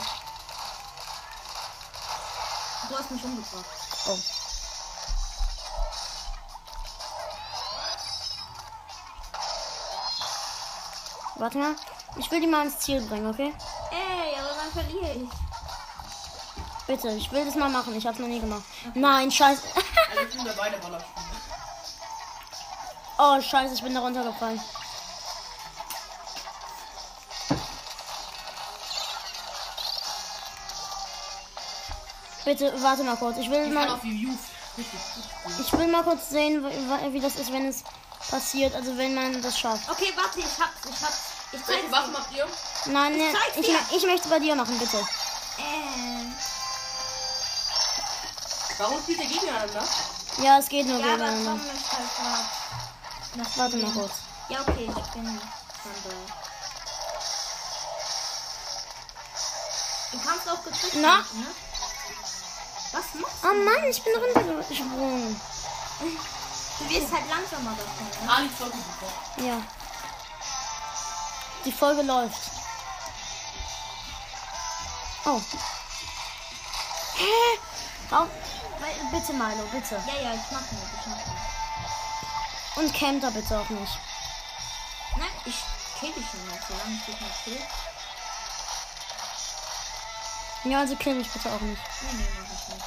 S4: Du hast mich umgebracht.
S3: Warte mal. Ich will die mal ans Ziel bringen, okay?
S4: Ey, aber dann verliere ich.
S3: Bitte, ich will das mal machen. Ich hab's noch nie gemacht. Nein, scheiße. [LAUGHS] oh, scheiße, ich bin da runtergefallen. Bitte, warte mal kurz. Ich will mal, ich will mal kurz sehen, wie, wa- wie das ist, wenn es passiert. Also wenn man das schafft.
S4: Okay, warte, ich hab's, ich hab's. Ich zeig's.
S1: Was macht ihr?
S3: Nein, nee,
S4: zeig's
S3: ich,
S4: dir.
S3: mö- ich möchte bei dir machen, bitte.
S4: Äh,
S1: Warum spielt ihr gegeneinander?
S3: Ja, es geht nur
S4: ja, aber
S3: gegeneinander.
S4: komm, ich halt mal. nach
S3: Warte mal
S4: hinten.
S3: kurz.
S4: Ja, okay, ich bin dann bei. Du kannst auch gedrückt
S3: Na?
S4: halten, ne? Was machst
S3: Oh Mann, ich bin runtergesprungen.
S4: du? Du wirst halt langsamer davon, ne?
S1: Ah, nicht so gut.
S3: Ja. Die Folge läuft. Oh. Hä? Warum? Weil- Bitte, Milo, bitte.
S4: Ja, ja, ich mach nicht, ich mach nicht.
S3: Und campt da bitte auch nicht.
S4: Nein, ich kill dich schon mal, solange ich dich nicht kill.
S3: Ja, also kill mich bitte auch nicht.
S4: Nee, nee, mach ich nicht.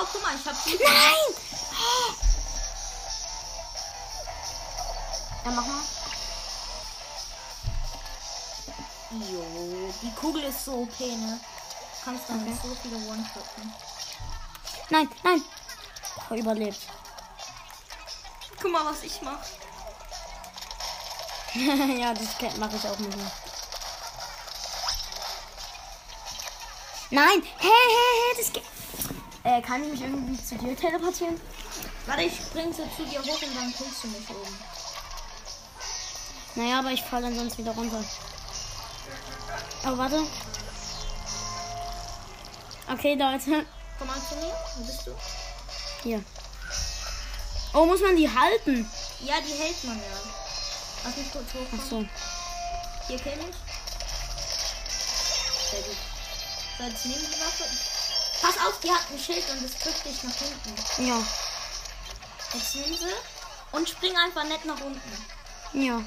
S4: Oh, guck mal, ich hab sie. Nein!
S3: Ja, mach mal.
S4: Jo, die Kugel ist so OP, ne? Kannst damit so viele One-Shotten.
S3: Nein, nein. Oh, überlebt.
S6: Guck mal, was ich mache.
S3: [LAUGHS] ja, das mache ich auch nicht mehr. Nein! Hey, hey, hey, das geht. Äh, kann ich mich irgendwie zu dir teleportieren?
S4: Warte, ich spring so zu dir hoch und dann killst du mich oben.
S3: Naja, aber ich falle dann sonst wieder runter. Oh, warte. Okay, Leute.
S4: Komm mal zu mir. Wo bist du?
S3: Hier. Oh, muss man die halten?
S4: Ja, die hält man ja. Lass mich kurz hochkommen.
S3: Ach so.
S4: Hier kill mich. Sehr gut. So, jetzt nehmen die Waffe. Pass auf, die hat ein Schild und es drückt dich nach hinten.
S3: Ja.
S4: Jetzt nimm sie und spring einfach nett nach unten.
S3: Ja.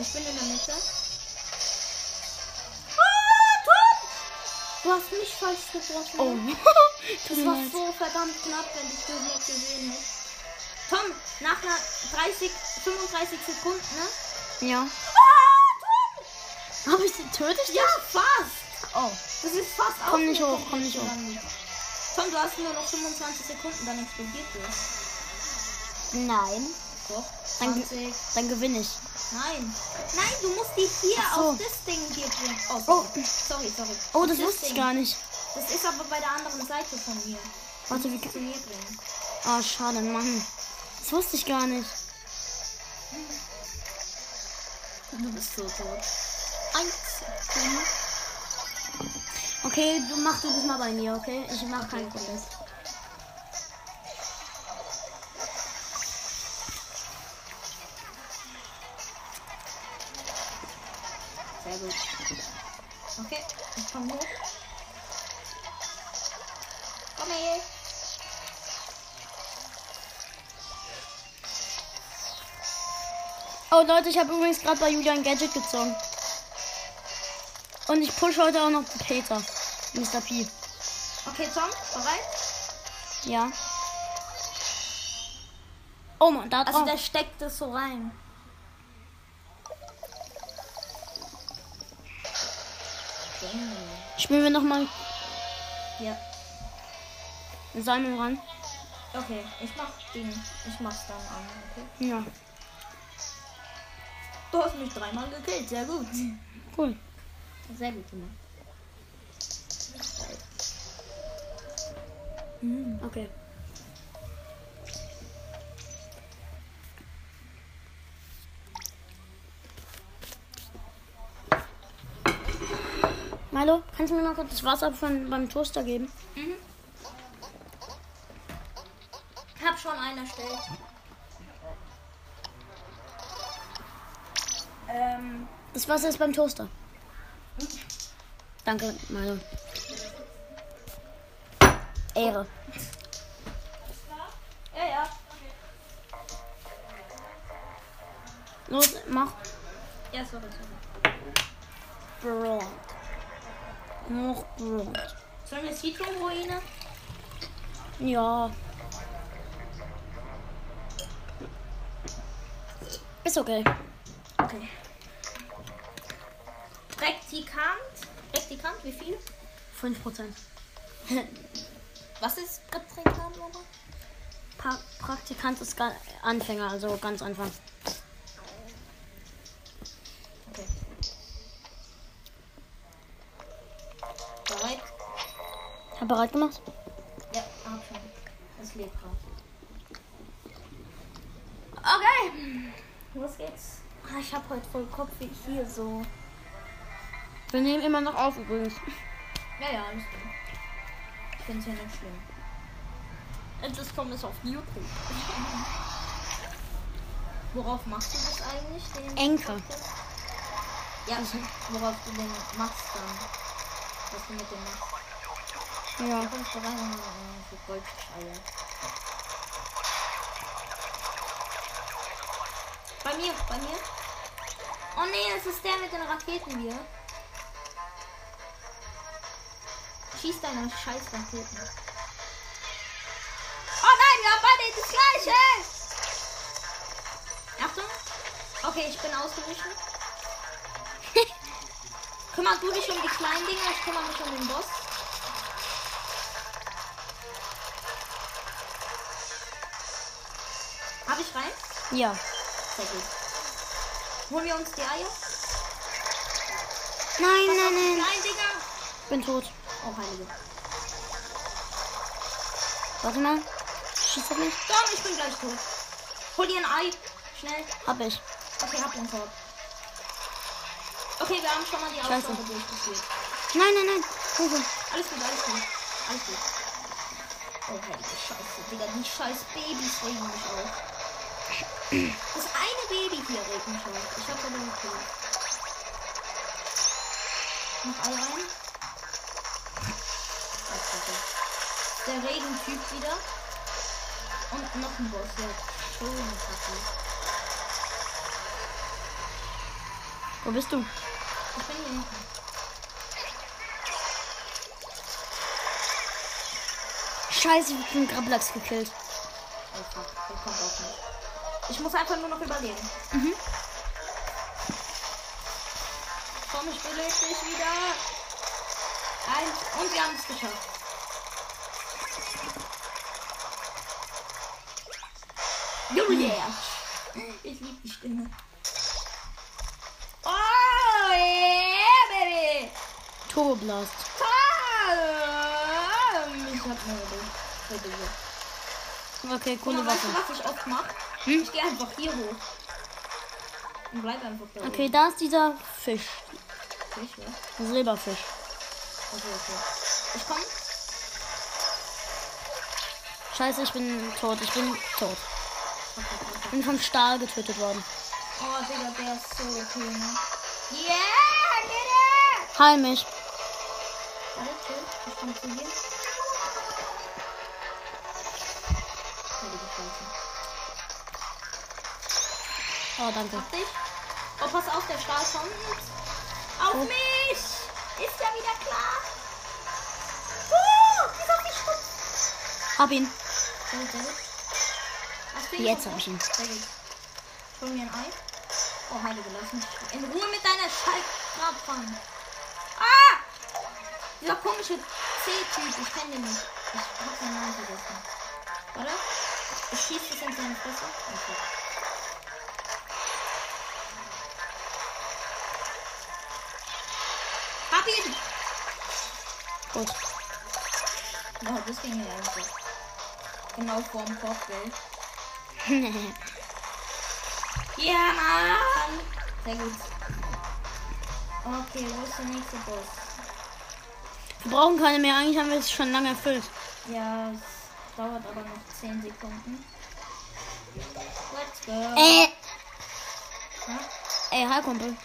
S4: Ich bin in der Mitte. Ah, Du hast mich falsch getroffen.
S3: [LAUGHS] Oh.
S4: das war so verdammt knapp, wenn ich das nicht gesehen hätte. Tom, nach einer 30, 35 Sekunden, ne?
S3: ja. Hab ich sie tötet?
S4: Ja, fast.
S3: Oh.
S4: Das ist fast
S3: Komm nicht
S4: aufgekommen.
S3: hoch, komm nicht hoch.
S4: Tom, du hast nur noch 25 Sekunden, dann explodiert du.
S3: Nein.
S4: Doch,
S3: Dann ge-
S4: 20.
S3: Dann gewinne ich.
S4: Nein. Nein, du musst die hier
S3: so.
S4: auf das Ding hier bringen. Oh, sorry. sorry, sorry.
S3: Oh,
S4: Auf
S3: das wusste ich
S4: Ding.
S3: gar nicht.
S4: Das ist aber bei der anderen Seite von mir.
S3: Warte, wie
S4: Das
S3: kann.
S4: zu mir bringen.
S3: Oh, schade, Mann. Das wusste ich gar nicht.
S4: Du bist so tot.
S3: Okay, du machst du das mal bei mir, okay? Ich mach keinen Protest.
S4: Sehr gut. Okay, ich komm hoch. Komm her.
S3: Oh Leute, ich habe übrigens gerade bei Julian Gadget gezogen. Und ich push heute auch noch Peter. Mr. P.
S4: Okay, Tom, bereit?
S3: Ja. Oh Mann, da
S4: Also
S3: drauf.
S4: der steckt das so rein.
S3: Spielen wir nochmal
S4: Ja.
S3: Simon ran.
S4: Okay, ich mach Ding. Ich mach's dann an, okay?
S3: Ja,
S4: Du hast mich dreimal gekillt, sehr gut.
S3: cool.
S4: Sehr gut gemacht.
S3: Okay. Milo, kannst du mir noch kurz das Wasser von beim Toaster geben?
S4: Hab schon einen erstellt.
S3: Das Wasser ist beim Toaster. Danke, Milo. Ehre.
S4: Ja, ja.
S3: Los, mach.
S4: Ja, sorry, sorry.
S3: Brot. Noch Brot.
S4: Sollen wir Zitronenruine?
S3: Ja. Ist okay.
S4: Okay. Praktikant? Praktikant, wie viel?
S3: 5%.
S4: Was ist Praktikant nochmal?
S3: Pa Praktikant ist ga- Anfänger, also ganz Anfang.
S4: Okay. Bereit?
S3: Hab bereit gemacht?
S4: Ja, hab schon. Es lebt gerade. Okay. Los geht's. Ah, ich hab heute voll Kopf wie hier so.
S3: Wir nehmen immer noch auf übrigens.
S4: Ja, ja, alles gut. Ich find's ja nicht schlimm. Und das kommt jetzt auf YouTube. [LAUGHS] Worauf machst du das eigentlich? Den
S3: Enker.
S4: Ja, worauf du den machst dann. Was du mit dem machst.
S3: Ja.
S4: Du kommst da rein und äh, so Goldscheier. Bei mir, bei mir. Oh nee, das ist der mit den Raketen hier. Schieß deine scheiß Raketen. Oh nein, wir haben beide das gleiche! Achtung! Okay, ich bin ausgewichen. [LAUGHS] Kümmerst du dich um die kleinen Dinger, ich kümmere mich um den Boss. Hab ich rein?
S3: Ja.
S4: Sehr gut. Holen wir uns die Eier?
S3: Nein, nein,
S4: Die
S3: nein.
S4: kleinen Dinger!
S3: Ich bin tot.
S4: Oh, heilige.
S3: Warte mal. Schießt er mich?
S4: Komm, ich bin gleich tot. Hol dir ein Ei. Schnell.
S3: Hab ich.
S4: Okay, hab den Korb. Okay, wir haben schon mal die
S3: Scheiße.
S4: Aufgabe durchgespielt.
S3: Nein, nein, nein. Hilfe.
S4: Alles gut, alles gut. Alles gut. Oh, heilige Scheiße, Digga, die scheiß Babys regen mich auf. Das eine Baby hier regt mich auf. Ich hab aber nicht viel. Noch Ei rein. Ach, Kacke. Der Regentyp wieder. Und noch ein Boss, ja. Schön, Kacke.
S3: Wo bist du?
S4: Ich bin hier hinten.
S3: Scheiße, ich bin Grablax gekillt.
S4: Oh fuck, der kommt auch nicht. Ich muss einfach nur noch überleben. Mhm. Komm, ich belebe dich wieder. Eins. Und wir haben es geschafft. Oh yeah. Ich liebe die Stimme. Oh yeah, baby.
S3: Turboblast.
S4: Komm. Ich hab eine Idee. Eine Idee.
S3: Okay,
S4: Ohne
S3: coole
S4: weißt du,
S3: Waffe.
S4: was ich oft mache? Ich gehe einfach hier hoch. Und bleib einfach da oben.
S3: Okay, da ist dieser Fisch.
S4: Nicht, ne?
S3: Ein Silberfisch.
S4: Okay, okay. Ich komm.
S3: Scheiße, ich bin tot. Ich bin tot. Bin vom Stahl getötet worden.
S4: Oh, Digga, der ist so okay, ne? Yeah, Digga!
S3: Heil mich.
S4: Warte, chill. Ich komm zu dir. Heilige Scheiße.
S3: Oh, danke.
S4: Hab dich. Oh, pass auf, der Stahl kommt. Auf mich! Ist ja wieder klar. Oh, ist auf mich schon.
S3: Hab ihn.
S4: Sehr gut, sehr gut. Hast du ihn
S3: Jetzt
S4: schon?
S3: hab ich ihn.
S4: Sehr gut. Hol mir ein Ei. Oh, heilige, lass mich in Ruhe mit deiner Schallgrabfang. Ah! Dieser komische C-Typ, ich kenne den nicht. Ich hab seinen Namen vergessen. Oder? Ich schieße das in seine Fresse. Okay. Hab ihn!
S3: Gut.
S4: Oh, das ging ja einfach. Genau vor dem Kochbild. Ja, Mann! Sehr gut. Okay, wo ist der nächste Boss?
S3: Wir brauchen keine mehr. Eigentlich haben wir es schon lange erfüllt.
S4: Ja, es dauert aber noch 10 Sekunden. Let's go.
S3: Äh.
S4: Hä?
S3: Ey, hi, Kumpel.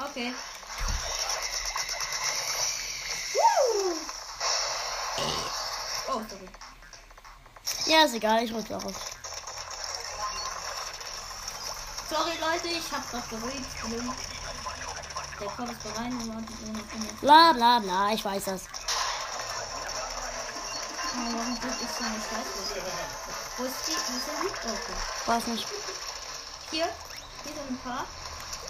S4: Okay. Oh, sorry.
S3: Ja, ist egal. Ich rutsche auch auf.
S4: Sorry, Leute, ich hab grad geruhigt. Der kommt ist rein und wartet nur noch in den
S3: Bla, bla, bla. Ich weiß das.
S4: Oh, warum drück ich so eine Scheiße? Wo ist die? Wo ist der Hut? Oh, okay.
S3: Weiß nicht.
S4: Hier. Hier sind ein paar.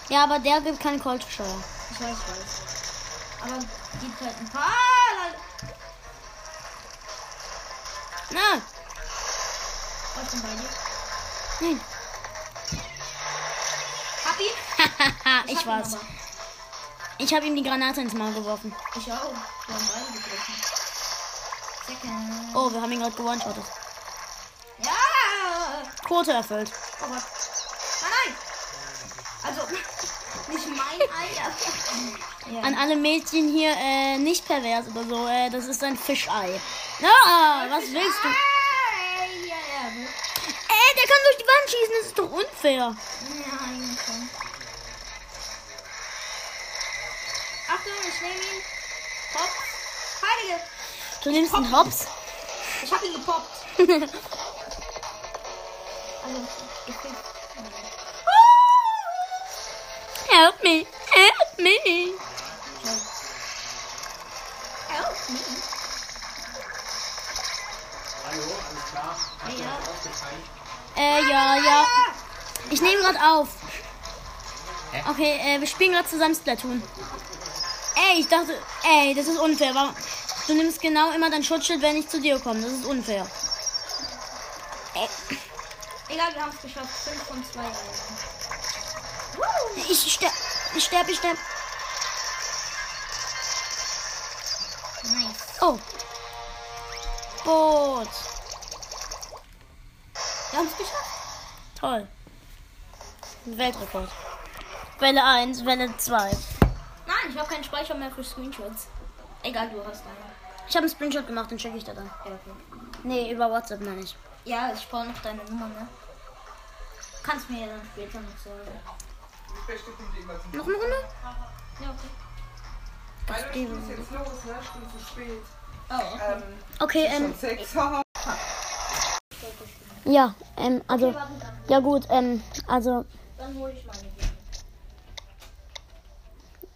S3: Ja, aber der gibt keinen Koltscheuer.
S4: Ich weiß, ich weiß. Aber gibt halt ein paar Leute.
S3: Na,
S4: Oh, ich bin bei dir.
S3: nein. [LAUGHS]
S4: Hab ihn.
S3: Haha,
S4: hab
S3: ich
S4: ihn
S3: war's.
S4: aber.
S3: Ich habe ihm die Granate ins Maul geworfen.
S4: Ich auch. Wir haben beide gegriffen. Second.
S3: Oh, wir haben ihn gerade gewonnen.
S4: Ja!
S3: Quote erfüllt.
S4: Oh Gott. Nein, nein! Also, [LAUGHS] nicht mein Ei, aber. Ja.
S3: An alle Mädchen hier, äh, nicht pervers oder so, äh, das ist ein Fischei. Ah, was willst du?
S4: Ey, ja, ja, wir-
S3: Ey, der kann durch die Wand schießen, das ist doch unfair.
S4: Ja, eigentlich schon. Achtung, ich nehme ihn. Hopp. Heilige.
S3: Du nimmst einen Hops.
S4: Ich hab ihn gepoppt. also, ich bin.
S3: Help me, help me.
S4: Help me. Hallo, alles klar? Ja.
S3: Äh, ja, ja. Ich nehme gerade auf. Okay, äh, wir spielen gerade zusammen Splatoon. Ey, ich dachte, ey, das ist unfair. Warum? Du nimmst genau immer dein Schutzschild, wenn ich zu dir komme. Das ist unfair.
S4: Egal, wir haben es geschafft. 5 von 2.
S3: Ich sterb, ich sterb, ich sterb.
S4: Nice.
S3: Oh. Boot.
S4: Wir haben es geschafft.
S3: Toll. Weltrekord. Welle 1, Welle 2.
S4: Nein, ich habe keinen Speicher mehr für Screenshots. Egal, du hast einen.
S3: Ich habe einen Screenshot gemacht, den schicke ich dir dann.
S4: Ja, okay.
S3: Nee, über WhatsApp meine ich.
S4: Ja, ich brauche noch deine Nummer, ne? Kannst mir ja dann später noch sagen.
S3: Noch eine Runde?
S4: Ja, okay.
S10: Hallo, ich muss jetzt los, ne? Ich bin zu spät.
S4: Oh, okay.
S10: Ähm,
S3: Okay, ähm,
S10: um sechs. Haha.
S3: ja, ähm, also, ja gut, ähm, also,
S4: Dann hole ich meine.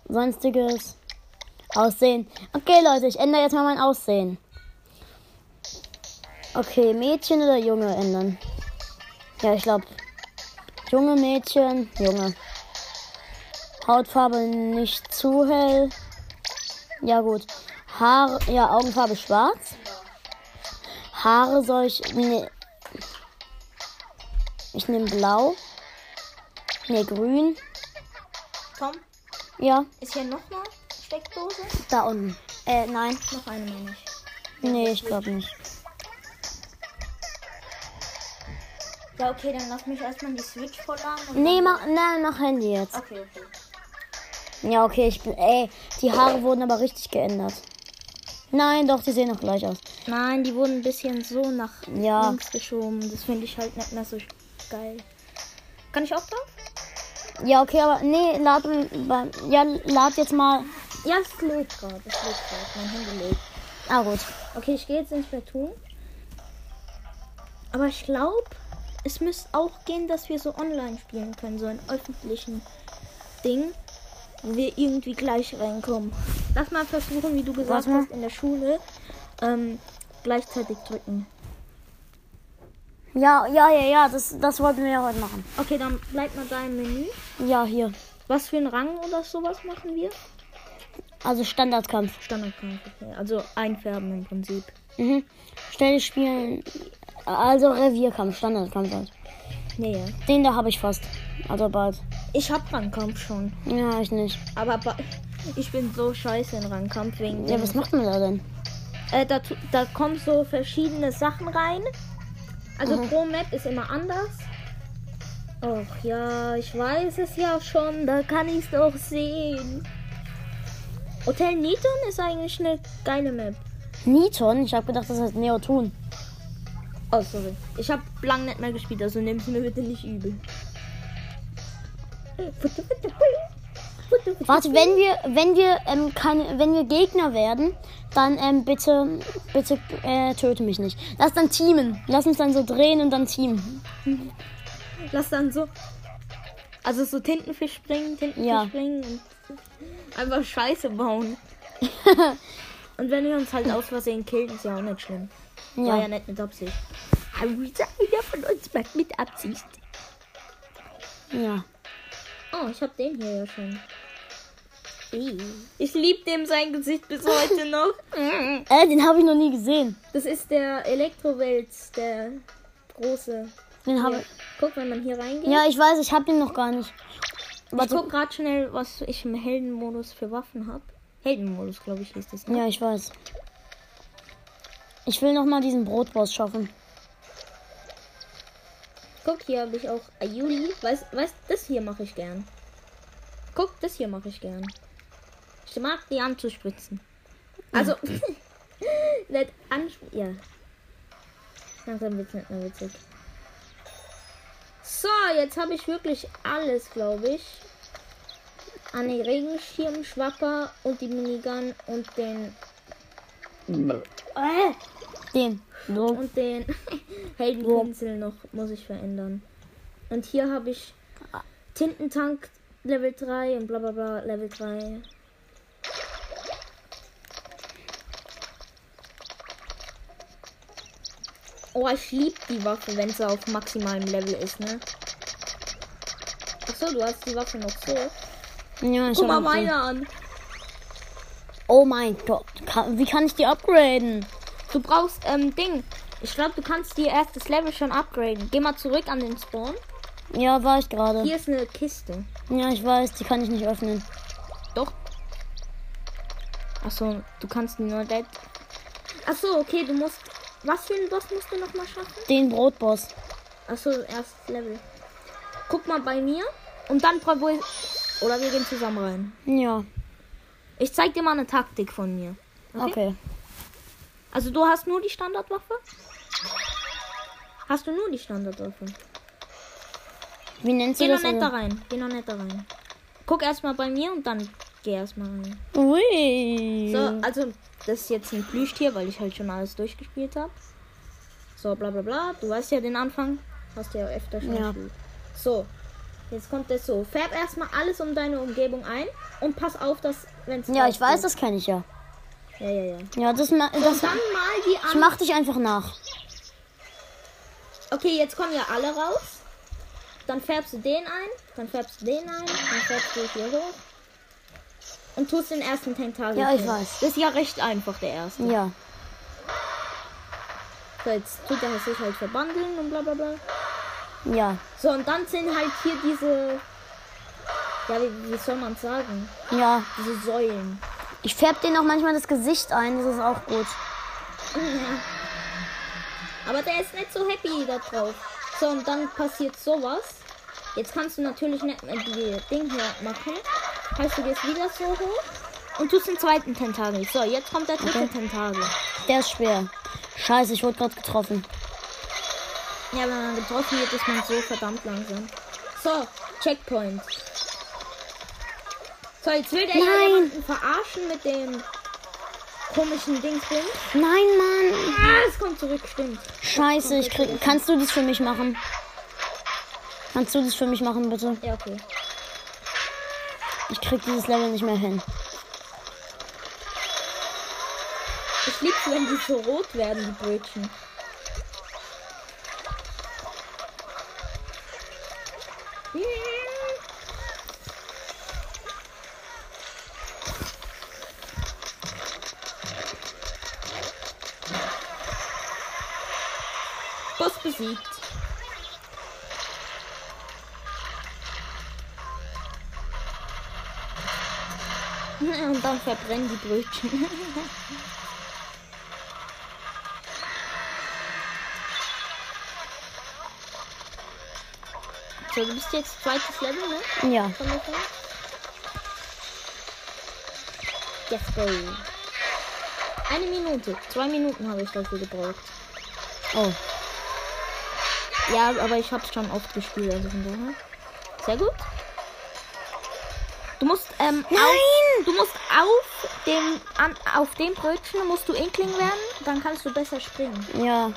S3: sonstiges Aussehen. Okay, Leute, ich ändere jetzt mal mein Aussehen. Okay, Mädchen oder Junge ändern? Ja, ich glaube, junge Mädchen, Junge. Hautfarbe nicht zu hell. Ja, gut. Haare, ja, Augenfarbe schwarz. Haare soll ich, nee. Ich nehme blau. Nee, grün.
S4: Tom,
S3: Ja,
S4: ist hier noch eine Steckdose?
S3: da unten. Äh, nein.
S4: Noch eine, meine ich.
S3: Nee, ich glaube nicht.
S4: Ja, okay, dann lass mich erstmal die Switch vollladen. und-
S3: Nee, mach, nein, mach Handy jetzt.
S4: Okay, okay.
S3: Ja, okay, ich bin. Ey, die Haare wurden aber richtig geändert. Nein, doch, die sehen noch gleich aus.
S5: Nein, die wurden ein bisschen so nach
S3: Ja.
S5: links geschoben. Das finde ich halt nicht mehr so geil. Kann ich auch drauf?
S3: Ja, okay, aber. Nee, lad, beim- ja, lad jetzt mal.
S5: Ja, es lädt gerade. Es lädt gerade. Mein Handy lädt.
S3: Ah, gut.
S5: Okay, ich gehe jetzt ins Platoon. Aber ich glaube, es müsste auch gehen, dass wir so online spielen können, so in öffentlichen Ding, wo wir irgendwie gleich reinkommen. Lass mal versuchen, wie du gesagt
S3: Warte mal.
S5: hast, in der Schule ähm, gleichzeitig drücken.
S3: Ja, ja, ja, ja, das, das wollten wir ja heute machen.
S5: Okay, dann bleibt mal da im Menü.
S3: Ja, hier.
S5: Was für einen Rang oder sowas machen wir?
S3: Also Standardkampf.
S5: Standardkampf. okay. Also einfärben im Prinzip.
S3: Mhm. Schnelle spielen. Also Revierkampf, Standardkampf halt.
S5: Nee.
S3: Den da habe ich fast. Also bald.
S5: Ich hab Rangkampf schon.
S3: Ja, ich nicht.
S5: Aber ba- ich bin so scheiße in Rangkampf wegen
S3: Ja,
S5: dem-
S3: was macht man da denn?
S5: Äh, da, tu- da kommen so verschiedene Sachen rein. Also pro Map ist immer anders. Och ja, ich weiß es ja schon, da kann ich es doch sehen. Hotel Niton ist eigentlich eine geile Map.
S3: Niton? Ich habe gedacht, das heißt Neotun.
S5: Oh, sorry. Ich habe lang nicht mehr gespielt, also nimm es mir bitte nicht übel.
S3: Warte, wenn wir, wenn wir, ähm, keine, wenn wir Gegner werden, dann ähm, bitte, bitte äh, töte mich nicht. Lass dann teamen. Lass uns dann so drehen und dann teamen.
S5: Lass dann so. Also so Tintenfisch springen, Tintenfisch
S3: Ja.
S5: springen und einfach
S3: [LAUGHS]
S5: Scheiße bauen. und wenn wir uns halt aus Versehen killen, ist ja auch nicht schlimm. War ja
S3: Ja.
S5: nicht mit Absicht. Aber jeder von uns macht mit Absicht.
S3: Ja.
S5: Oh, ich hab den hier ja schon. Ih. Ich lieb dem sein Gesicht bis heute
S3: [LAUGHS]
S5: noch.
S3: Äh, den habe ich noch nie gesehen.
S5: Das ist der Elektrowels, der große.
S3: Den habe
S5: Hier. Guck, wenn man hier reingeht.
S3: Ja, ich weiß, ich habe den noch gar nicht.
S5: ich
S3: Warte.
S5: guck gerade schnell, was ich im Heldenmodus für Waffen hab. Heldenmodus, glaube ich, hieß das. Ne?
S3: Ja, ich weiß. Ich will noch mal diesen Brotboss schaffen.
S5: Guck, hier habe ich auch ah, Ayuli. Weißt du, das hier mache ich gern. Guck, das hier mache ich gern. Ich mag die anzuspritzen. Also, [LAUGHS] Nicht anspielen. Ja. Langsam wird's nicht mehr witzig. So, jetzt habe ich wirklich alles, glaube ich. An den Regenschirm, Schwapper und die Minigun und den. Äh,
S3: Den. So.
S5: und den Heldenpinsel noch muss ich verändern. Und hier habe ich Tintentank Level 3 und bla bla bla Level 3. Oh, ich liebe die Waffe, wenn sie auf maximalem Level ist, ne? Achso, du hast die Waffe noch so.
S3: Ja, ich
S5: Guck mal
S3: hab die-
S5: meine an.
S3: Oh mein Gott. Kann, wie kann ich die upgraden?
S5: Du brauchst ähm Ding. Ich glaube, du kannst dir erstes Level schon upgraden. Geh mal zurück an den Spawn.
S3: Ja, war ich gerade.
S5: Hier ist eine Kiste.
S3: Ja, ich weiß, die kann ich nicht öffnen.
S5: Achso, du kannst nur dead. Achso, okay, du musst. Was für einen Boss musst du nochmal schaffen?
S3: Den Brotboss.
S5: Achso, erstes Level. Guck mal bei mir und dann probier. Oder wir gehen zusammen rein.
S3: Ja.
S5: Ich zeig dir mal eine Taktik von mir.
S3: Okay.
S5: Also du hast nur die Standardwaffe? Hast du nur die Standardwaffe?
S3: Wie nennt
S5: Geh
S3: sie
S5: noch
S3: das?
S5: nicht da rein. Geh noch nicht da rein. Guck erstmal bei mir und dann geh erstmal rein.
S3: Ui.
S5: So, also das ist jetzt ein Plüschtier, weil ich halt schon alles durchgespielt habe. So, bla bla bla. Du weißt ja den Anfang. Hast du ja öfter schon
S3: Ja.
S5: gespielt. So, jetzt kommt das so. Färb erstmal alles um deine Umgebung ein und pass auf, dass wenn es.
S3: Ja, ich weiß, das kann ich ja.
S5: Ja, ja, ja.
S3: Ja, das, ma- das
S5: Dann mal die
S3: ich
S5: an.
S3: mach dich einfach nach.
S5: Okay, jetzt kommen ja alle raus. Dann färbst du den ein, dann färbst du den ein, dann färbst du hier hoch. Und tust den ersten Tentakel.
S3: Ja, ich
S5: hin.
S3: weiß.
S5: Das ist ja recht einfach, der erste.
S3: Ja.
S5: So, jetzt tut er sich halt verbandeln und bla bla bla.
S3: Ja.
S5: So, und dann sind halt hier diese. Ja, wie, wie soll man sagen?
S3: Ja.
S5: Diese Säulen.
S3: Ich färb denen auch manchmal das Gesicht ein, das ist auch gut.
S5: Aber der ist nicht so happy da drauf. So, und dann passiert sowas. Jetzt kannst du natürlich nicht mehr die Ding hier machen. Heißt, du gehst wieder so hoch und tust den zweiten Tentakel. So, jetzt kommt der dritte Tentakel.
S3: Der ist schwer. Scheiße, ich wurde gerade getroffen.
S5: Ja, wenn man getroffen wird, ist man so verdammt langsam. So, Checkpoint. So, jetzt will der hier
S3: Nein.
S5: jemanden verarschen mit dem komischen Dingsding.
S3: Nein, Mann.
S5: Ah, es kommt zurück, stimmt.
S3: Scheiße, ich krieg. Kannst du das für mich machen? Kannst du das für mich machen, bitte?
S5: Ja, okay.
S3: Ich krieg dieses Level nicht mehr hin.
S5: Ich lieb's, wenn die so rot werden, die Brötchen. Boss besiegt. [LAUGHS] Und dann verbrennen die Brötchen. So, du bist jetzt zweites Level, ne?
S3: Ja.
S5: Von der Folge? Let's go. Eine Minute. Zwei Minuten habe ich dafür gebraucht.
S3: Oh.
S5: Ja, aber ich habe es schon oft gespielt, also von daher. Sehr gut. Du musst ähm, auf, du musst auf dem an, auf dem Brötchen musst du Inkling werden, dann kannst du besser springen.
S3: Ja.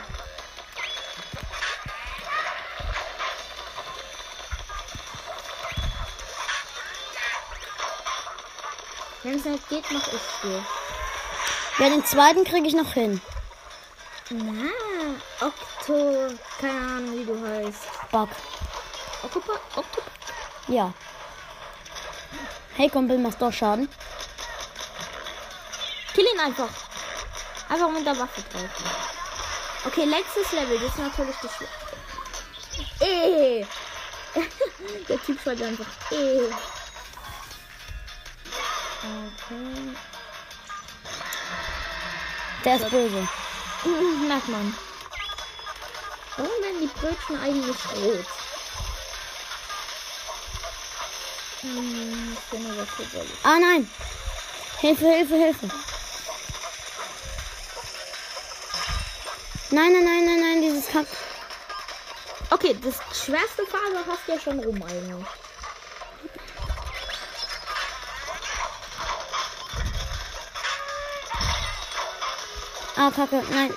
S5: Wenn es nicht geht, mach ich dir.
S3: Ja, den zweiten krieg ich noch hin.
S5: Na, Okto, keine Ahnung, wie du heißt.
S3: Bug.
S5: Oktopa, Okto,
S3: Ja. Hey, Kumpel, machst doch Schaden.
S5: Kill ihn einfach. Einfach mit der Waffe drauf. Okay, letztes Level. Das ist natürlich das Schlimmste.
S11: Äh.
S5: Ey. [LAUGHS] der Typ schreit einfach. eh. Ey.
S11: [LAUGHS]
S5: Okay.
S3: Der ist böse.
S5: Mhm, Merkt man. Warum werden die Brötchen eigentlich rot? Hm, ich bin aber so
S3: Ah, nein. Hilfe, Hilfe, Hilfe. Nein, nein, nein, nein, nein, dieses Kack.
S11: Okay, das schwerste Phase hast du ja schon rum eigentlich.
S3: Ah, Kacke, nein.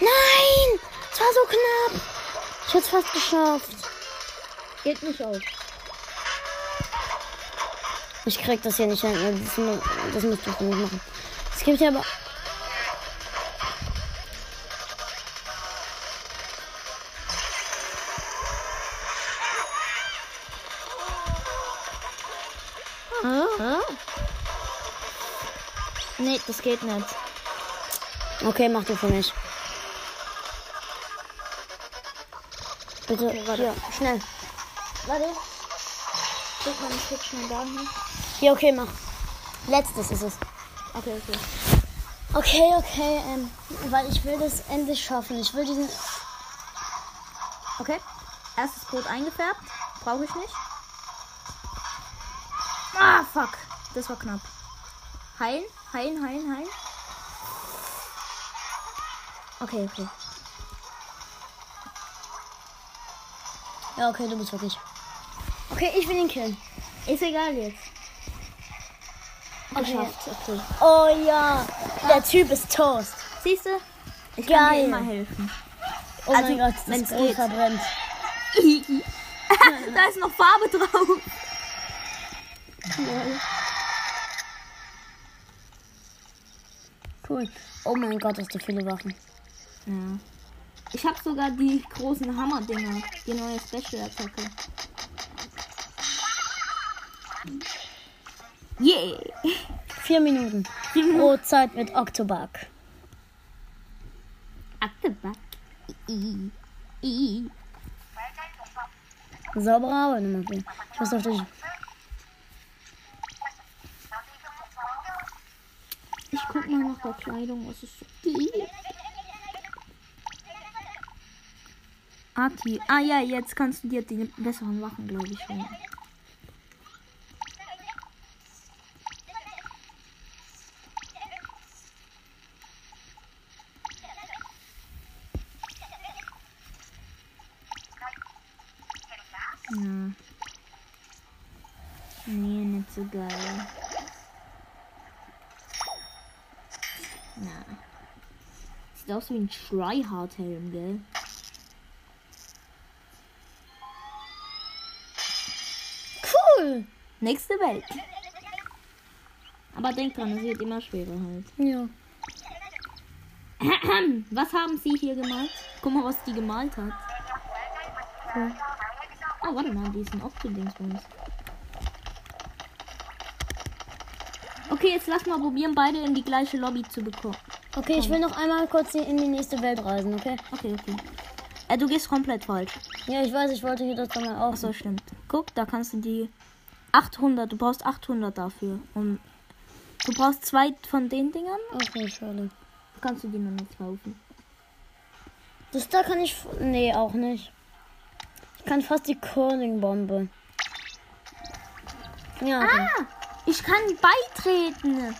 S3: Nein! Es war so knapp. Ich hätte es fast geschafft.
S11: Geht nicht auf.
S3: Ich krieg das hier nicht hin. Das, mu- das musst du für mich machen. Es gibt ja aber.
S11: Nee, das geht nicht.
S3: Okay, mach du für mich. Bitte, hier, schnell.
S11: Warte. Drück mal einen Klick schnell dahin.
S3: Hier, okay, mach. Letztes ist es.
S11: Okay, okay.
S3: Okay, okay, ähm, weil ich will das endlich schaffen. Ich will diesen.
S11: Okay. Erstes Brot eingefärbt. Brauche ich nicht. Ah, fuck. Das war knapp. Heilen, heilen, heilen, heilen. Okay, okay.
S3: Ja, okay, du bist wirklich. Okay, ich will ihn killen.
S11: Ist egal jetzt. Geschafft. Okay.
S3: Oh ja, der Typ ist Toast.
S11: Siehst du? Ich kann dir
S3: Geil.
S11: immer helfen.
S3: Oh mein Gott, das Brot verbrennt.
S5: [LAUGHS] Da ist noch Farbe drauf.
S3: Cool. Oh mein Gott, hast du viele Waffen.
S5: Ich habe sogar die großen Hammer-Dinger. Die neue Special-Attacke. Yeah.
S3: Vier Minuten. Brotzeit mit Oktobak.
S5: Akteback. I, I, I.
S3: Saubere Arbeit, Nummer vier. Ich muss auf dich.
S5: Ich guck mal nach der Kleidung, was es so gibt. Arti. Ah ja, jetzt kannst du dir die besseren Waffen, glaube ich, holen. Ja. Nee, nicht so geil. Na. Sieht aus wie ein Tryhard-Helm, gell?
S3: Cool.
S5: Nächste Welt. Aber denk dran, es wird immer schwerer halt. [CLEARS THROAT]
S3: Ja.
S5: Was haben sie hier gemalt? Guck mal, was die gemalt hat. Oh, warte mal, die ist ein Opto-Dingsbums. Okay, jetzt lass mal probieren, beide in die gleiche Lobby zu bekommen.
S3: Okay, ich will noch einmal kurz die- in die nächste Welt reisen, okay?
S5: Okay, okay. Äh, du gehst komplett falsch.
S3: Ja, ich weiß, ich wollte hier das dann mal auch.
S5: Achso, stimmt. Guck, da kannst du die 800, du brauchst 800 dafür. Und du brauchst zwei von den Dingern,
S3: Okay, schade.
S5: kannst du die nur noch kaufen.
S3: Das da kann ich. f- Nee, auch nicht. Ich kann fast die Curling-Bombe. Ja, okay.
S5: Ah, Ich kann beitreten.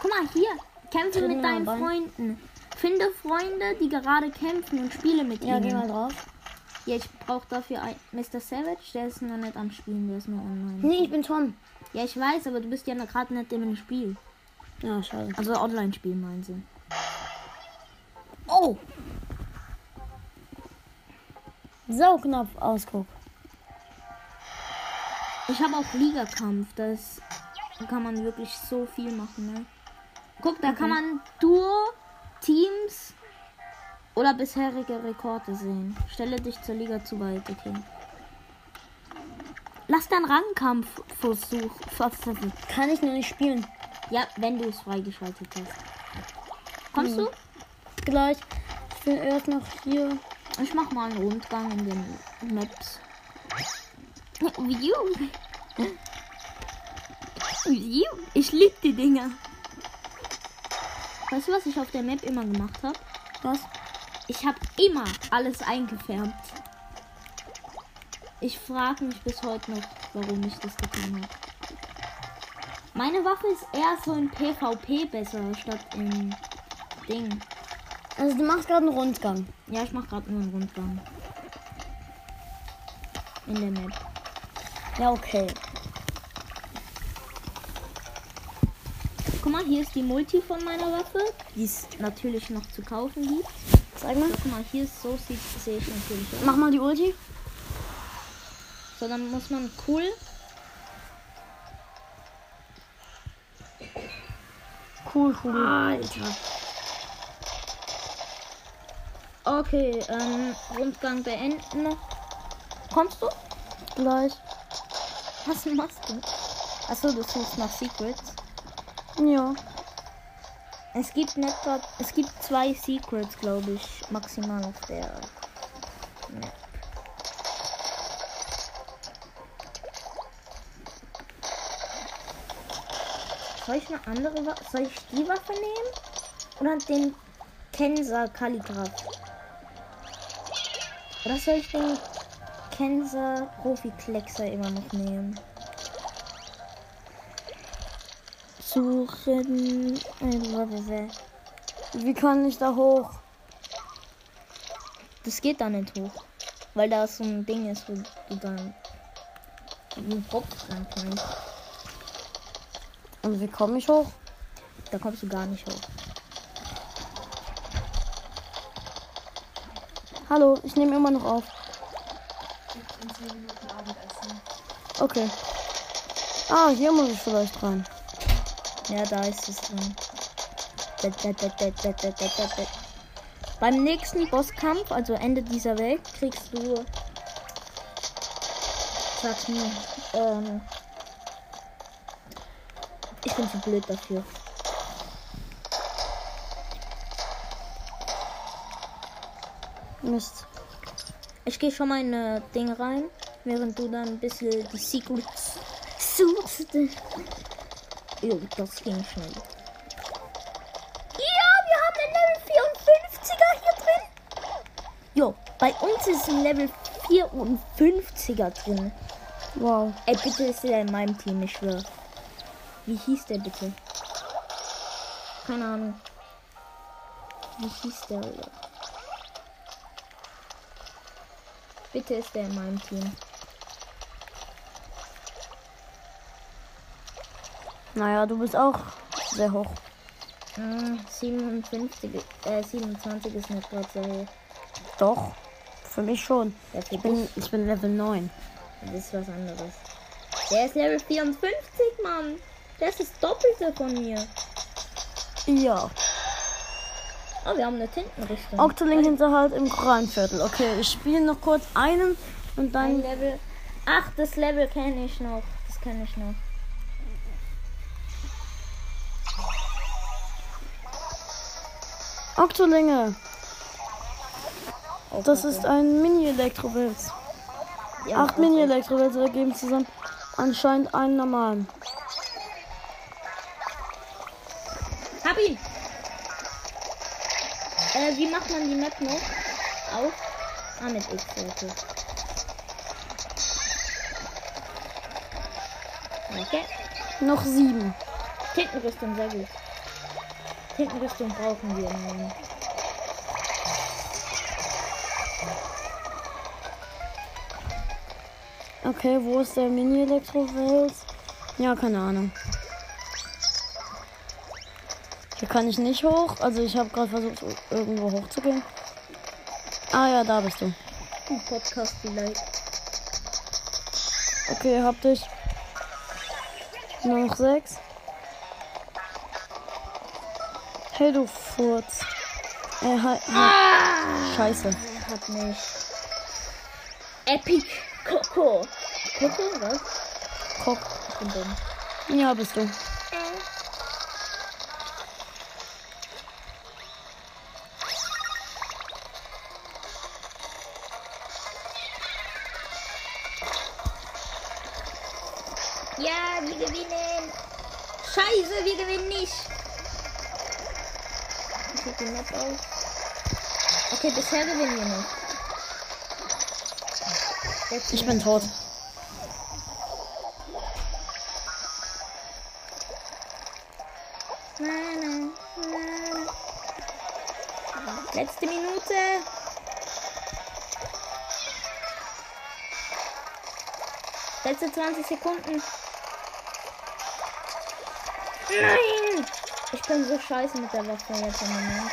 S5: Guck mal, hier. Kämpfe
S3: Tritt mir
S5: mit
S3: mal
S5: deinen
S3: bei.
S5: Freunden. Finde Freunde, die gerade kämpfen und spiele mit
S3: ja geh
S5: ihnen.
S3: mal drauf.
S5: Ja, ich brauche dafür ein Mr. Savage, der ist noch nicht am Spielen, der ist nur online.
S3: Nee, ich bin Tom.
S5: Ja, ich weiß, aber du bist ja noch gerade nicht im Spiel.
S3: Ja, schade.
S5: Also online spielen, meinen sie.
S3: Oh! Saugnapf ausguck.
S5: Ich habe auch Ligakampf, das da kann man wirklich so viel machen, ne? Guck, da kann man Duo, Teams oder bisherige Rekorde sehen. Stelle dich zur Liga zu weit, okay. Lass deinen Rangkampf versuch. ver- ver- ver-
S3: Kann ich nur nicht spielen.
S5: Ja, wenn du es freigeschaltet hast. Kommst du?
S3: Gleich. Ich bin erst noch hier.
S5: Ich mach mal einen Rundgang in den Maps. View. View. Ich lieb die Dinger. Weißt du, was ich auf der Map immer gemacht habe? Was? Ich habe immer alles eingefärbt. Ich frage mich bis heute noch, warum ich das getan habe. Meine Waffe ist eher so in PvP besser, statt in Ding.
S3: Also du machst gerade einen Rundgang.
S5: Ja, ich mache gerade nur einen Rundgang. In der Map.
S3: Ja, okay.
S5: Guck mal, hier ist die Multi von meiner Waffe,
S3: Die ist-
S5: die natürlich noch zu kaufen gibt.
S3: Sag mal.
S5: Guck mal, hier ist so sieht sehe ich natürlich aus.
S3: Mach mal die Ulti.
S5: So, dann muss man cool.
S3: Cool, cool.
S5: Alter. Okay, ähm, Rundgang beenden. Kommst du?
S3: Gleich.
S5: Was machst du? Achso, du suchst nach Secrets.
S3: Ja.
S5: Es gibt nicht grad, es gibt zwei Secrets, glaube ich, maximal auf der Map. Soll ich eine andere Waffe, soll ich die Waffe nehmen? Oder den Kenser Kalligraph? Oder soll ich den Kenser Profi-Klexer immer noch nehmen?
S3: Suchen. Wie kann ich da hoch?
S5: Das geht da nicht hoch. Weil da so ein Ding ist, wo du dann einen Bock dran kannst.
S3: Und wie komme ich hoch?
S5: Da kommst du gar nicht hoch.
S3: Hallo, ich nehme immer noch auf. Okay. Ah, hier muss ich vielleicht rein.
S5: Ja, da ist es drin. Da, da, da, da, da, da, da, da, da. Beim nächsten Bosskampf, also Ende dieser Welt, kriegst du. Sag mir. Ähm, ich bin zu blöd dafür.
S3: Mist.
S5: Ich gehe schon mal in äh, Ding rein, während du dann ein bisschen die Secrets suchst. Jo, das ging schnell. Ja, wir haben einen Level 54er hier drin. Jo, bei uns ist ein Level 54er drin.
S3: Wow.
S5: Ey, bitte ist der in meinem Team, ich schwör. Wie hieß der bitte? Keine Ahnung. Wie hieß der, oder? Bitte ist der in meinem Team.
S3: Naja, du bist auch sehr hoch.
S5: Hm, 57, äh, 27 ist eine kurze Höhe.
S3: Doch. Für mich schon.
S5: Der
S3: Ich bin, ich bin Level 9.
S5: Das ist was anderes. Der ist Level 54, Mann. Das ist das Doppelte von mir.
S3: Ja.
S5: Oh, wir haben eine Tintenrichtung.
S3: Octoling Hinterhalt halt im Korallenviertel. Okay, ich spiele noch kurz einen und dann.
S5: Ein Level. Ach, das Level kenne ich noch. Das kenne ich noch.
S3: Octolinge. Das ist ein Mini-Elektrowilz. Acht Mini-Elektrowilze ergeben zusammen anscheinend einen normalen.
S5: Hab ihn! Äh, wie macht man die Map noch? Auf? Ah, mit X, okay. Okay.
S3: Noch sieben.
S5: Tintenrüstung, sehr gut. Tintenrüstung brauchen wir. Mann.
S3: Okay, wo ist der Mini-Elektrowilz? Ja, keine Ahnung. Hier kann ich nicht hoch. Also ich habe gerade versucht, irgendwo hochzugehen. Ah ja, da bist du.
S5: Ein Hm, Podcast vielleicht.
S3: Okay, hab dich. Nur noch sechs. Hey, du Furz. Äh, hi, hi. Scheiße.
S5: Hat mich. Epic Coco. Coco, was?
S3: Kock.
S5: Ich bin dumm.
S3: Ja, bist du.
S12: Ja, wir gewinnen. Scheiße, wir gewinnen nicht.
S5: Sieht die Map aus. Okay, bisher gewinnen wir nicht.
S3: Ich bin tot.
S5: Letzte Minute. Letzte 20 Sekunden. Nein! Ich bin so scheiße mit der Waffe jetzt im Moment.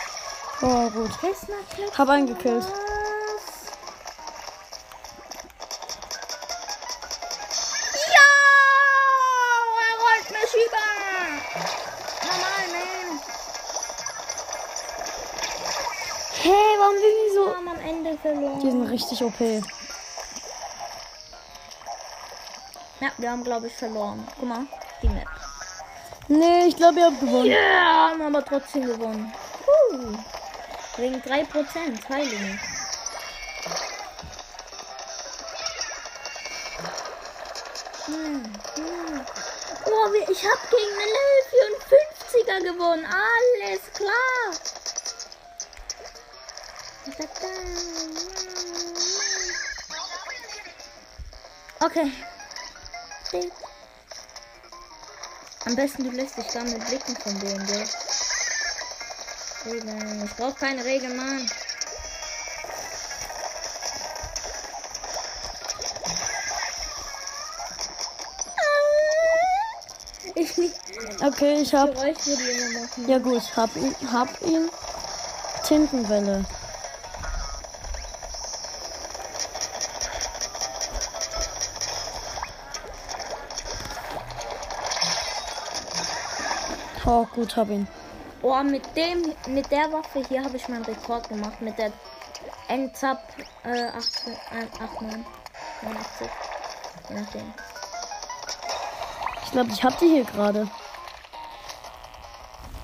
S3: Oh, gut.
S5: Kiss mal Knopf.
S3: Hab einen gekillt.
S5: Ja! Er rollt mich über! Normal, man.
S3: Hey, warum sind die
S5: Wir
S3: so?
S5: haben am Ende verloren.
S3: Die sind richtig OP.
S5: Ja, wir haben, glaube ich, verloren. Guck mal, die Map.
S3: Nee, ich glaube, ihr habt gewonnen.
S5: Ja, haben aber trotzdem gewonnen. Uh, wegen 3% Heiligen. Hm, hm. Oh, wie- ich hab gegen eine Level 54er gewonnen. Alles klar. Da, da, ja. Okay. Am besten du lässt dich damit blicken von denen, gell? Regeln. Ich brauch keine Regeln, Mann. Ich nicht.
S3: Okay, ich hab.
S5: Geräusch würde ich immer machen.
S3: Ja gut, hab ihn. Hab ihn. Tintenwelle. Oh, gut, hab ihn.
S5: Oh, mit dem, mit der Waffe hier habe ich meinen Rekord gemacht. Mit der Endzap äh, 18, äh, 8, 9, 89. Je nachdem.
S3: Ich glaube, ich hab die hier gerade.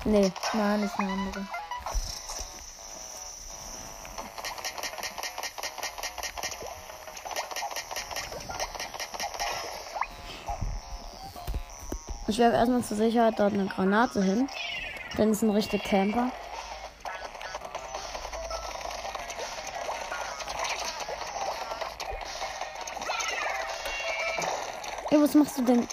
S3: Nee.
S5: Nein, ist eine andere.
S3: Ich werfe erstmal zur Sicherheit dort eine Granate hin. Denn es ist ein richtiger Camper. Ey, was machst du denn?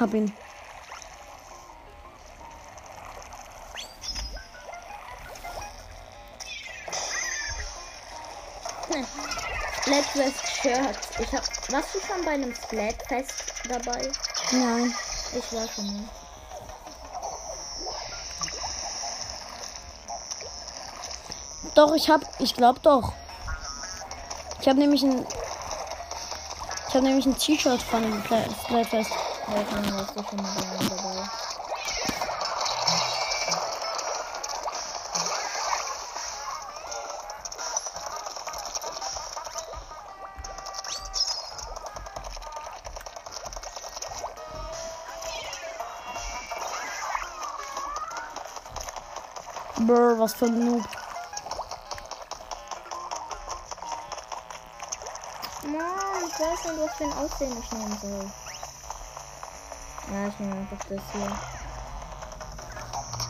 S3: Hab ihn.
S5: Splatfest Shirt. Ich hab, warst du schon bei einem Splatfest dabei?
S3: Nein.
S5: Ich war schon mal.
S3: Doch, ich hab. Ich glaube doch. Ich habe nämlich ein. Ich habe nämlich ein T-Shirt von dem Pla- Splatfest.
S5: Helfen, warst du schon mal bei einem dabei?
S3: Brr, was für ein Noob.
S5: Mann, ich weiß nicht, Nou, was für ein Aussehen ich nehmen soll. Ja, ich nehme einfach das hier.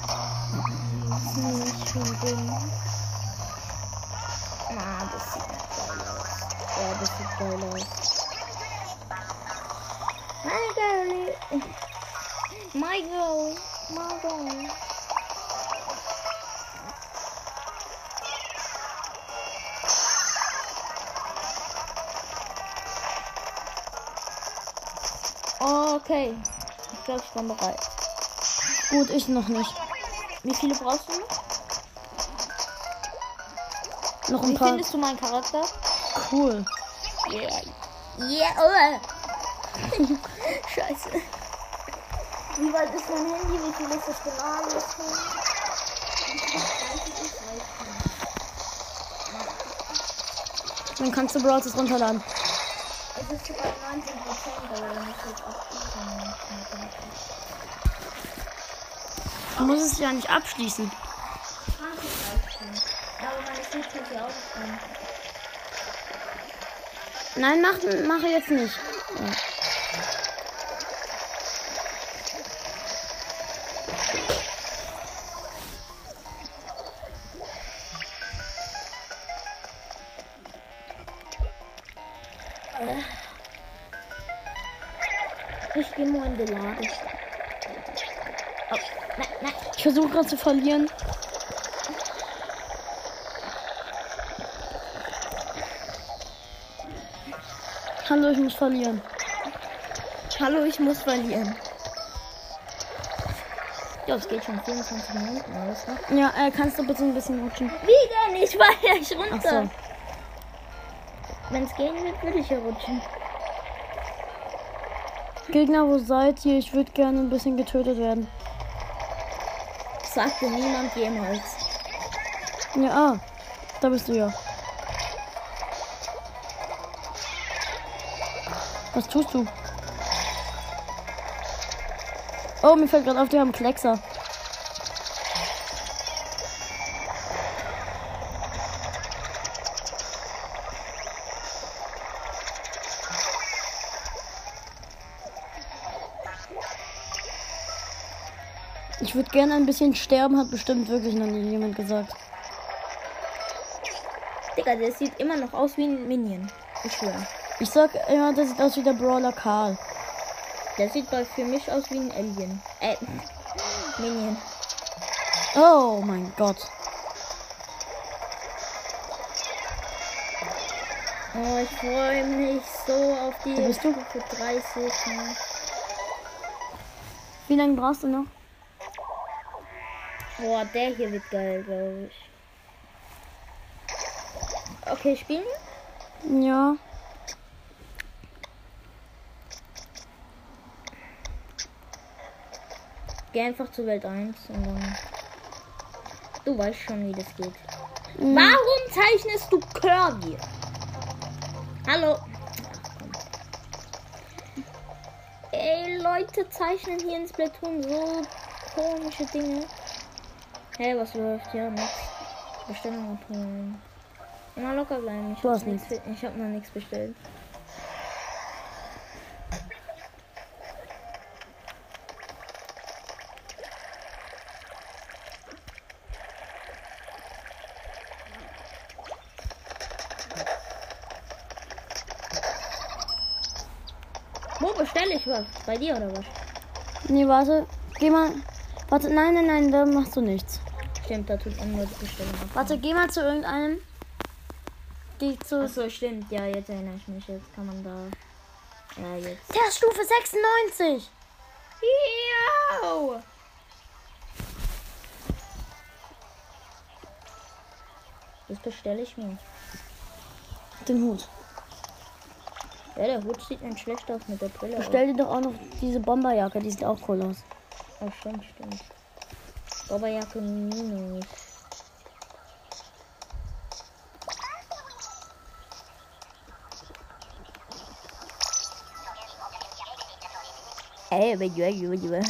S5: Ah, Das ist nicht schon dumm. Na, das sieht nicht geil aus. Ja, das sieht geil aus. My girl. My girl. My girl. Okay. Ich glaube, ich bin bereit.
S3: Gut, ich noch nicht.
S5: Wie viele brauchst du?
S3: Noch
S5: Wie
S3: ein paar.
S5: findest du meinen Charakter?
S3: Cool.
S5: Yeah, oh. [LAUGHS] Scheiße. Wie weit ist mein Handy? Wie viel ist das geladen?
S3: Dann kannst du Browsers runterladen. Du musst es ja nicht abschließen. Nein, mach, mache jetzt nicht. Ja.
S5: Ich gehe mal in die Lage.
S3: Ich versuche gerade zu verlieren. Hallo, ich muss verlieren.
S5: Hallo, ich muss verlieren.
S3: Ja, es geht schon 24 Minuten, alles klar. Ja, äh, kannst du bitte ein bisschen rutschen?
S5: Wie denn? Ich war ja nicht
S3: Ach
S5: runter.
S3: so.
S5: Wenn es gehen wird, würde ich ja rutschen.
S3: Gegner, wo seid ihr? Ich würde gerne ein bisschen getötet werden.
S5: Das sagte niemand jemals.
S3: Ja, ah, da bist du ja. Was tust du? Oh, mir fällt gerade auf, die haben Kleckser. Ich würde gerne ein bisschen sterben, hat bestimmt wirklich noch nie jemand gesagt.
S5: Digga, der sieht immer noch aus wie ein Minion. Ich schwöre.
S3: Ich sag immer, das sieht aus wie der Brawler Karl.
S5: Der sieht bei- für mich aus wie ein Alien. Äh, Minion.
S3: Oh mein Gott.
S5: Oh, ich freue mich so auf die
S3: Wo bist du?
S5: Stufe 30. ne?
S3: Wie lange brauchst du noch?
S5: Boah, der hier wird geil, glaube ich. Okay, spielen wir?
S3: Ja.
S5: Geh einfach zu Welt 1 und dann. Du weißt schon, wie das geht.
S3: Mhm.
S5: Warum zeichnest du Kirby? Hallo. Ey, Leute zeichnen hier in Splatoon so komische Dinge. Hey, was läuft hier? Nix. Bestellung abholen. Immer locker bleiben. Ich
S3: Du
S5: hab
S3: hast
S5: nix be- Ich hab noch nichts bestellt. Wo bestelle ich was? Bei dir oder was?
S3: Nee, warte. Geh mal. Warte, nein, nein, nein, da machst du nichts.
S5: Stimmt, da tut man nur die Bestellung ab.
S3: Warte, geh mal zu irgendeinem. Geh zu.
S5: Achso, stimmt. Ja, jetzt erinnere ich mich. Jetzt kann man da. Ja, jetzt.
S3: Der ist Stufe 96.
S5: Au! Das bestelle ich mir.
S3: Den Hut.
S5: Ja, der Hut sieht nicht schlecht aus mit der Brille.
S3: Bestell dir doch auch noch diese Bomberjacke, die sieht auch cool aus.
S5: Oh, stimmt, stimmt. Oberjacke Minus. Ey, wenn du, wenn du, wenn du.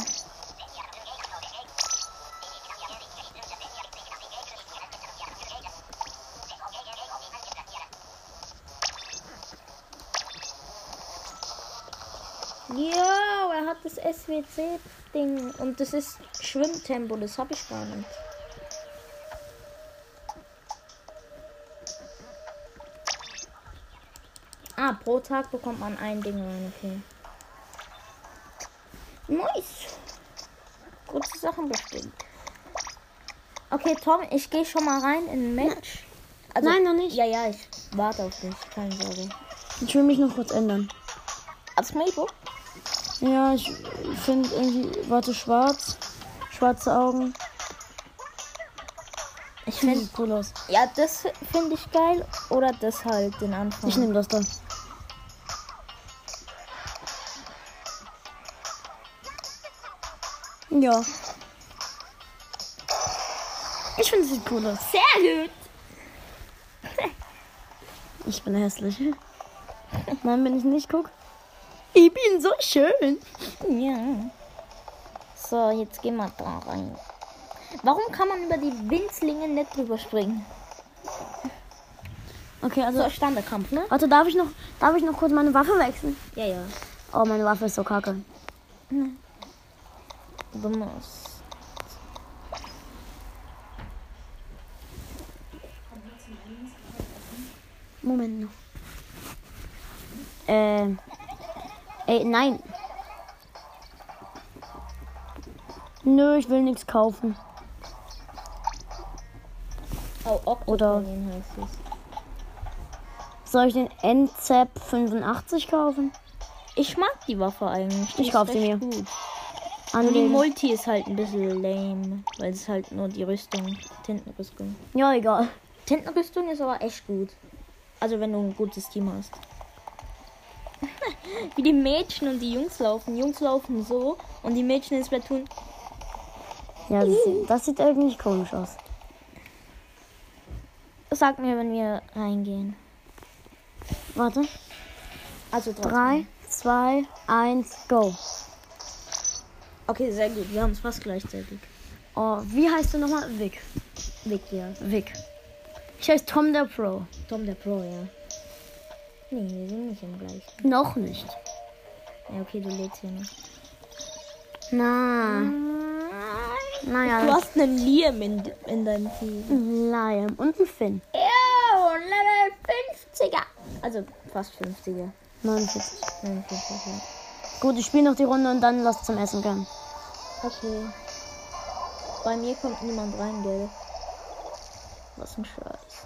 S5: Ja, er hat das SWC-Ding und das ist Schwimmtempo, das habe ich gar nicht. Ah, pro Tag bekommt man ein Ding rein, okay. Nice. Gute Sachen bestimmt. Okay, Tom, ich gehe schon mal rein in ein Match. Also-
S3: Nein, noch nicht.
S5: Ja, ja, ich warte auf dich, keine Sorge.
S3: Ich will mich noch kurz ändern.
S5: Als Maple?
S3: Ja, ich finde irgendwie. Warte, schwarz. Schwarze Augen.
S5: Ich
S3: Das
S5: finde
S3: sieht cool aus.
S5: Ja, das finde ich geil. Oder das halt, den Anfang.
S3: Ich nehme das da. Ja. Ich finde, es sieht cool aus.
S5: Sehr gut.
S3: Ich bin hässlich. Nein, bin ich nicht. Guck. Ich bin so schön.
S5: Ja. So, jetzt gehen wir da rein. Warum kann man über die Winzlinge nicht drüber springen?
S3: Okay, also.
S5: So, Standardkampf, ne?
S3: Warte, darf ich noch, darf ich noch kurz meine Waffe wechseln?
S5: Ja, Hm. ja.
S3: Oh, meine Waffe ist so kacke.
S5: Du musst.
S3: Moment noch. Äh. Ey, nein. Nö, ich will nichts kaufen.
S5: Oh, Octo
S3: Oder-
S5: heißt es.
S3: Soll ich den NZEP 85 kaufen?
S5: Ich mag die Waffe eigentlich. Die
S3: Ich
S5: ist
S3: kauf sie mir.
S5: recht Gut. Nur die
S3: Anlegen.
S5: Multi ist halt ein bisschen lame, weil es halt nur die Rüstung, Tintenrüstung.
S3: Ja, egal.
S5: Tintenrüstung ist aber echt gut. Also wenn du ein gutes Team hast. [LAUGHS] Wie die Mädchen und die Jungs laufen. Jungs laufen so und die Mädchen in Splatoon.
S3: Ja, das, sieht- das sieht eigentlich komisch aus.
S5: Sag mir, wenn wir reingehen.
S3: Warte.
S5: Also draußen.
S3: 3, 2, 1, go.
S5: Okay, sehr gut. Wir haben es fast gleichzeitig.
S3: Oh, wie heißt du nochmal? Vic. Vic, ja. Vic. Ich heiße Tom der Pro.
S5: Tom der Pro, ja. Nee, wir sind nicht im gleichen.
S3: Noch nicht.
S5: Ja, okay, du lädst hier noch.
S3: Na. Naja,
S5: Du hast einen Liam in, in deinem Team.
S3: ein Liam und ein Finn.
S5: Yo, Level 50er. Also fast 50er.
S3: 49.
S5: 49, ja.
S3: Gut, ich spiele noch die Runde und dann lass zum Essen gehen.
S5: Okay. Bei mir kommt niemand rein, gell? Was ein Scheiß.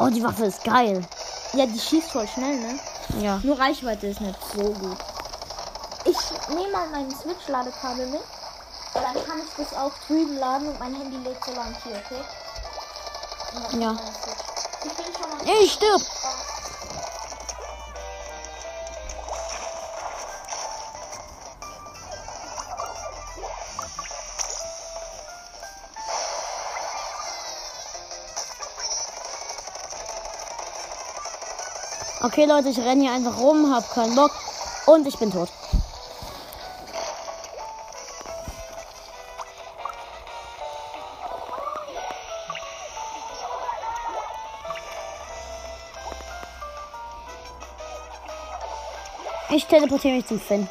S3: Oh, die Waffe ist geil.
S5: Ja, die schießt voll schnell, ne?
S3: Ja.
S5: Nur Reichweite ist nicht so gut. Ich nehme mal mein Switch-Ladekabel mit.
S4: Dann kann ich das auch drüben laden und mein Handy lädt so lange hier, okay? Und dann-
S3: Ja.
S4: Ich bin schon mal.
S3: Ich stirb. Okay, Leute, ich renne hier einfach rum, hab keinen Bock und ich bin tot. Ich teleportiere mich zum Finn.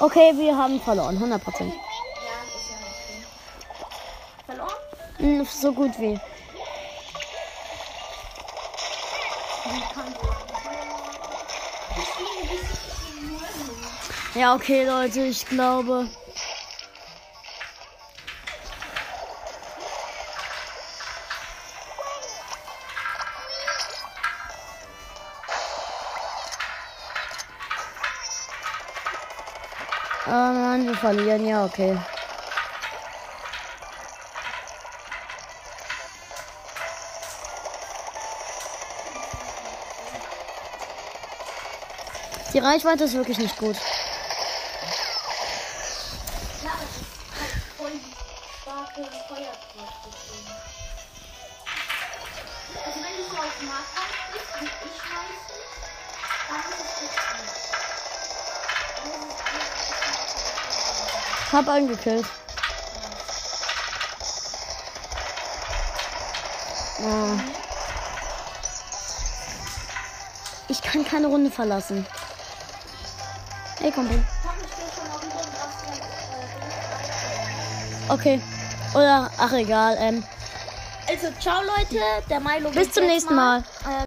S3: Okay, wir haben verloren, 100%.
S4: Ja, ist ja nicht schlimm. Verloren?
S3: Mm, So gut wie. Ja, okay, Leute, ich glaube. Oh Mann, wir verlieren, ja, okay. Die Reichweite ist wirklich nicht gut.
S4: Voll starke Feuerkraft deswegen. Also wenn du so auf Nahkampf bist und ich schmeiße, dann ist es richtig.
S3: Hab einen gekillt. Oh. Ich kann keine Runde verlassen. Hey, komm hin.
S4: Komm, ich bin schon auf dem Boden aus dem
S3: Okay. Oder, ach egal. Ähm,
S5: Also, ciao Leute, der Milo.
S3: bis zum nächsten Mal.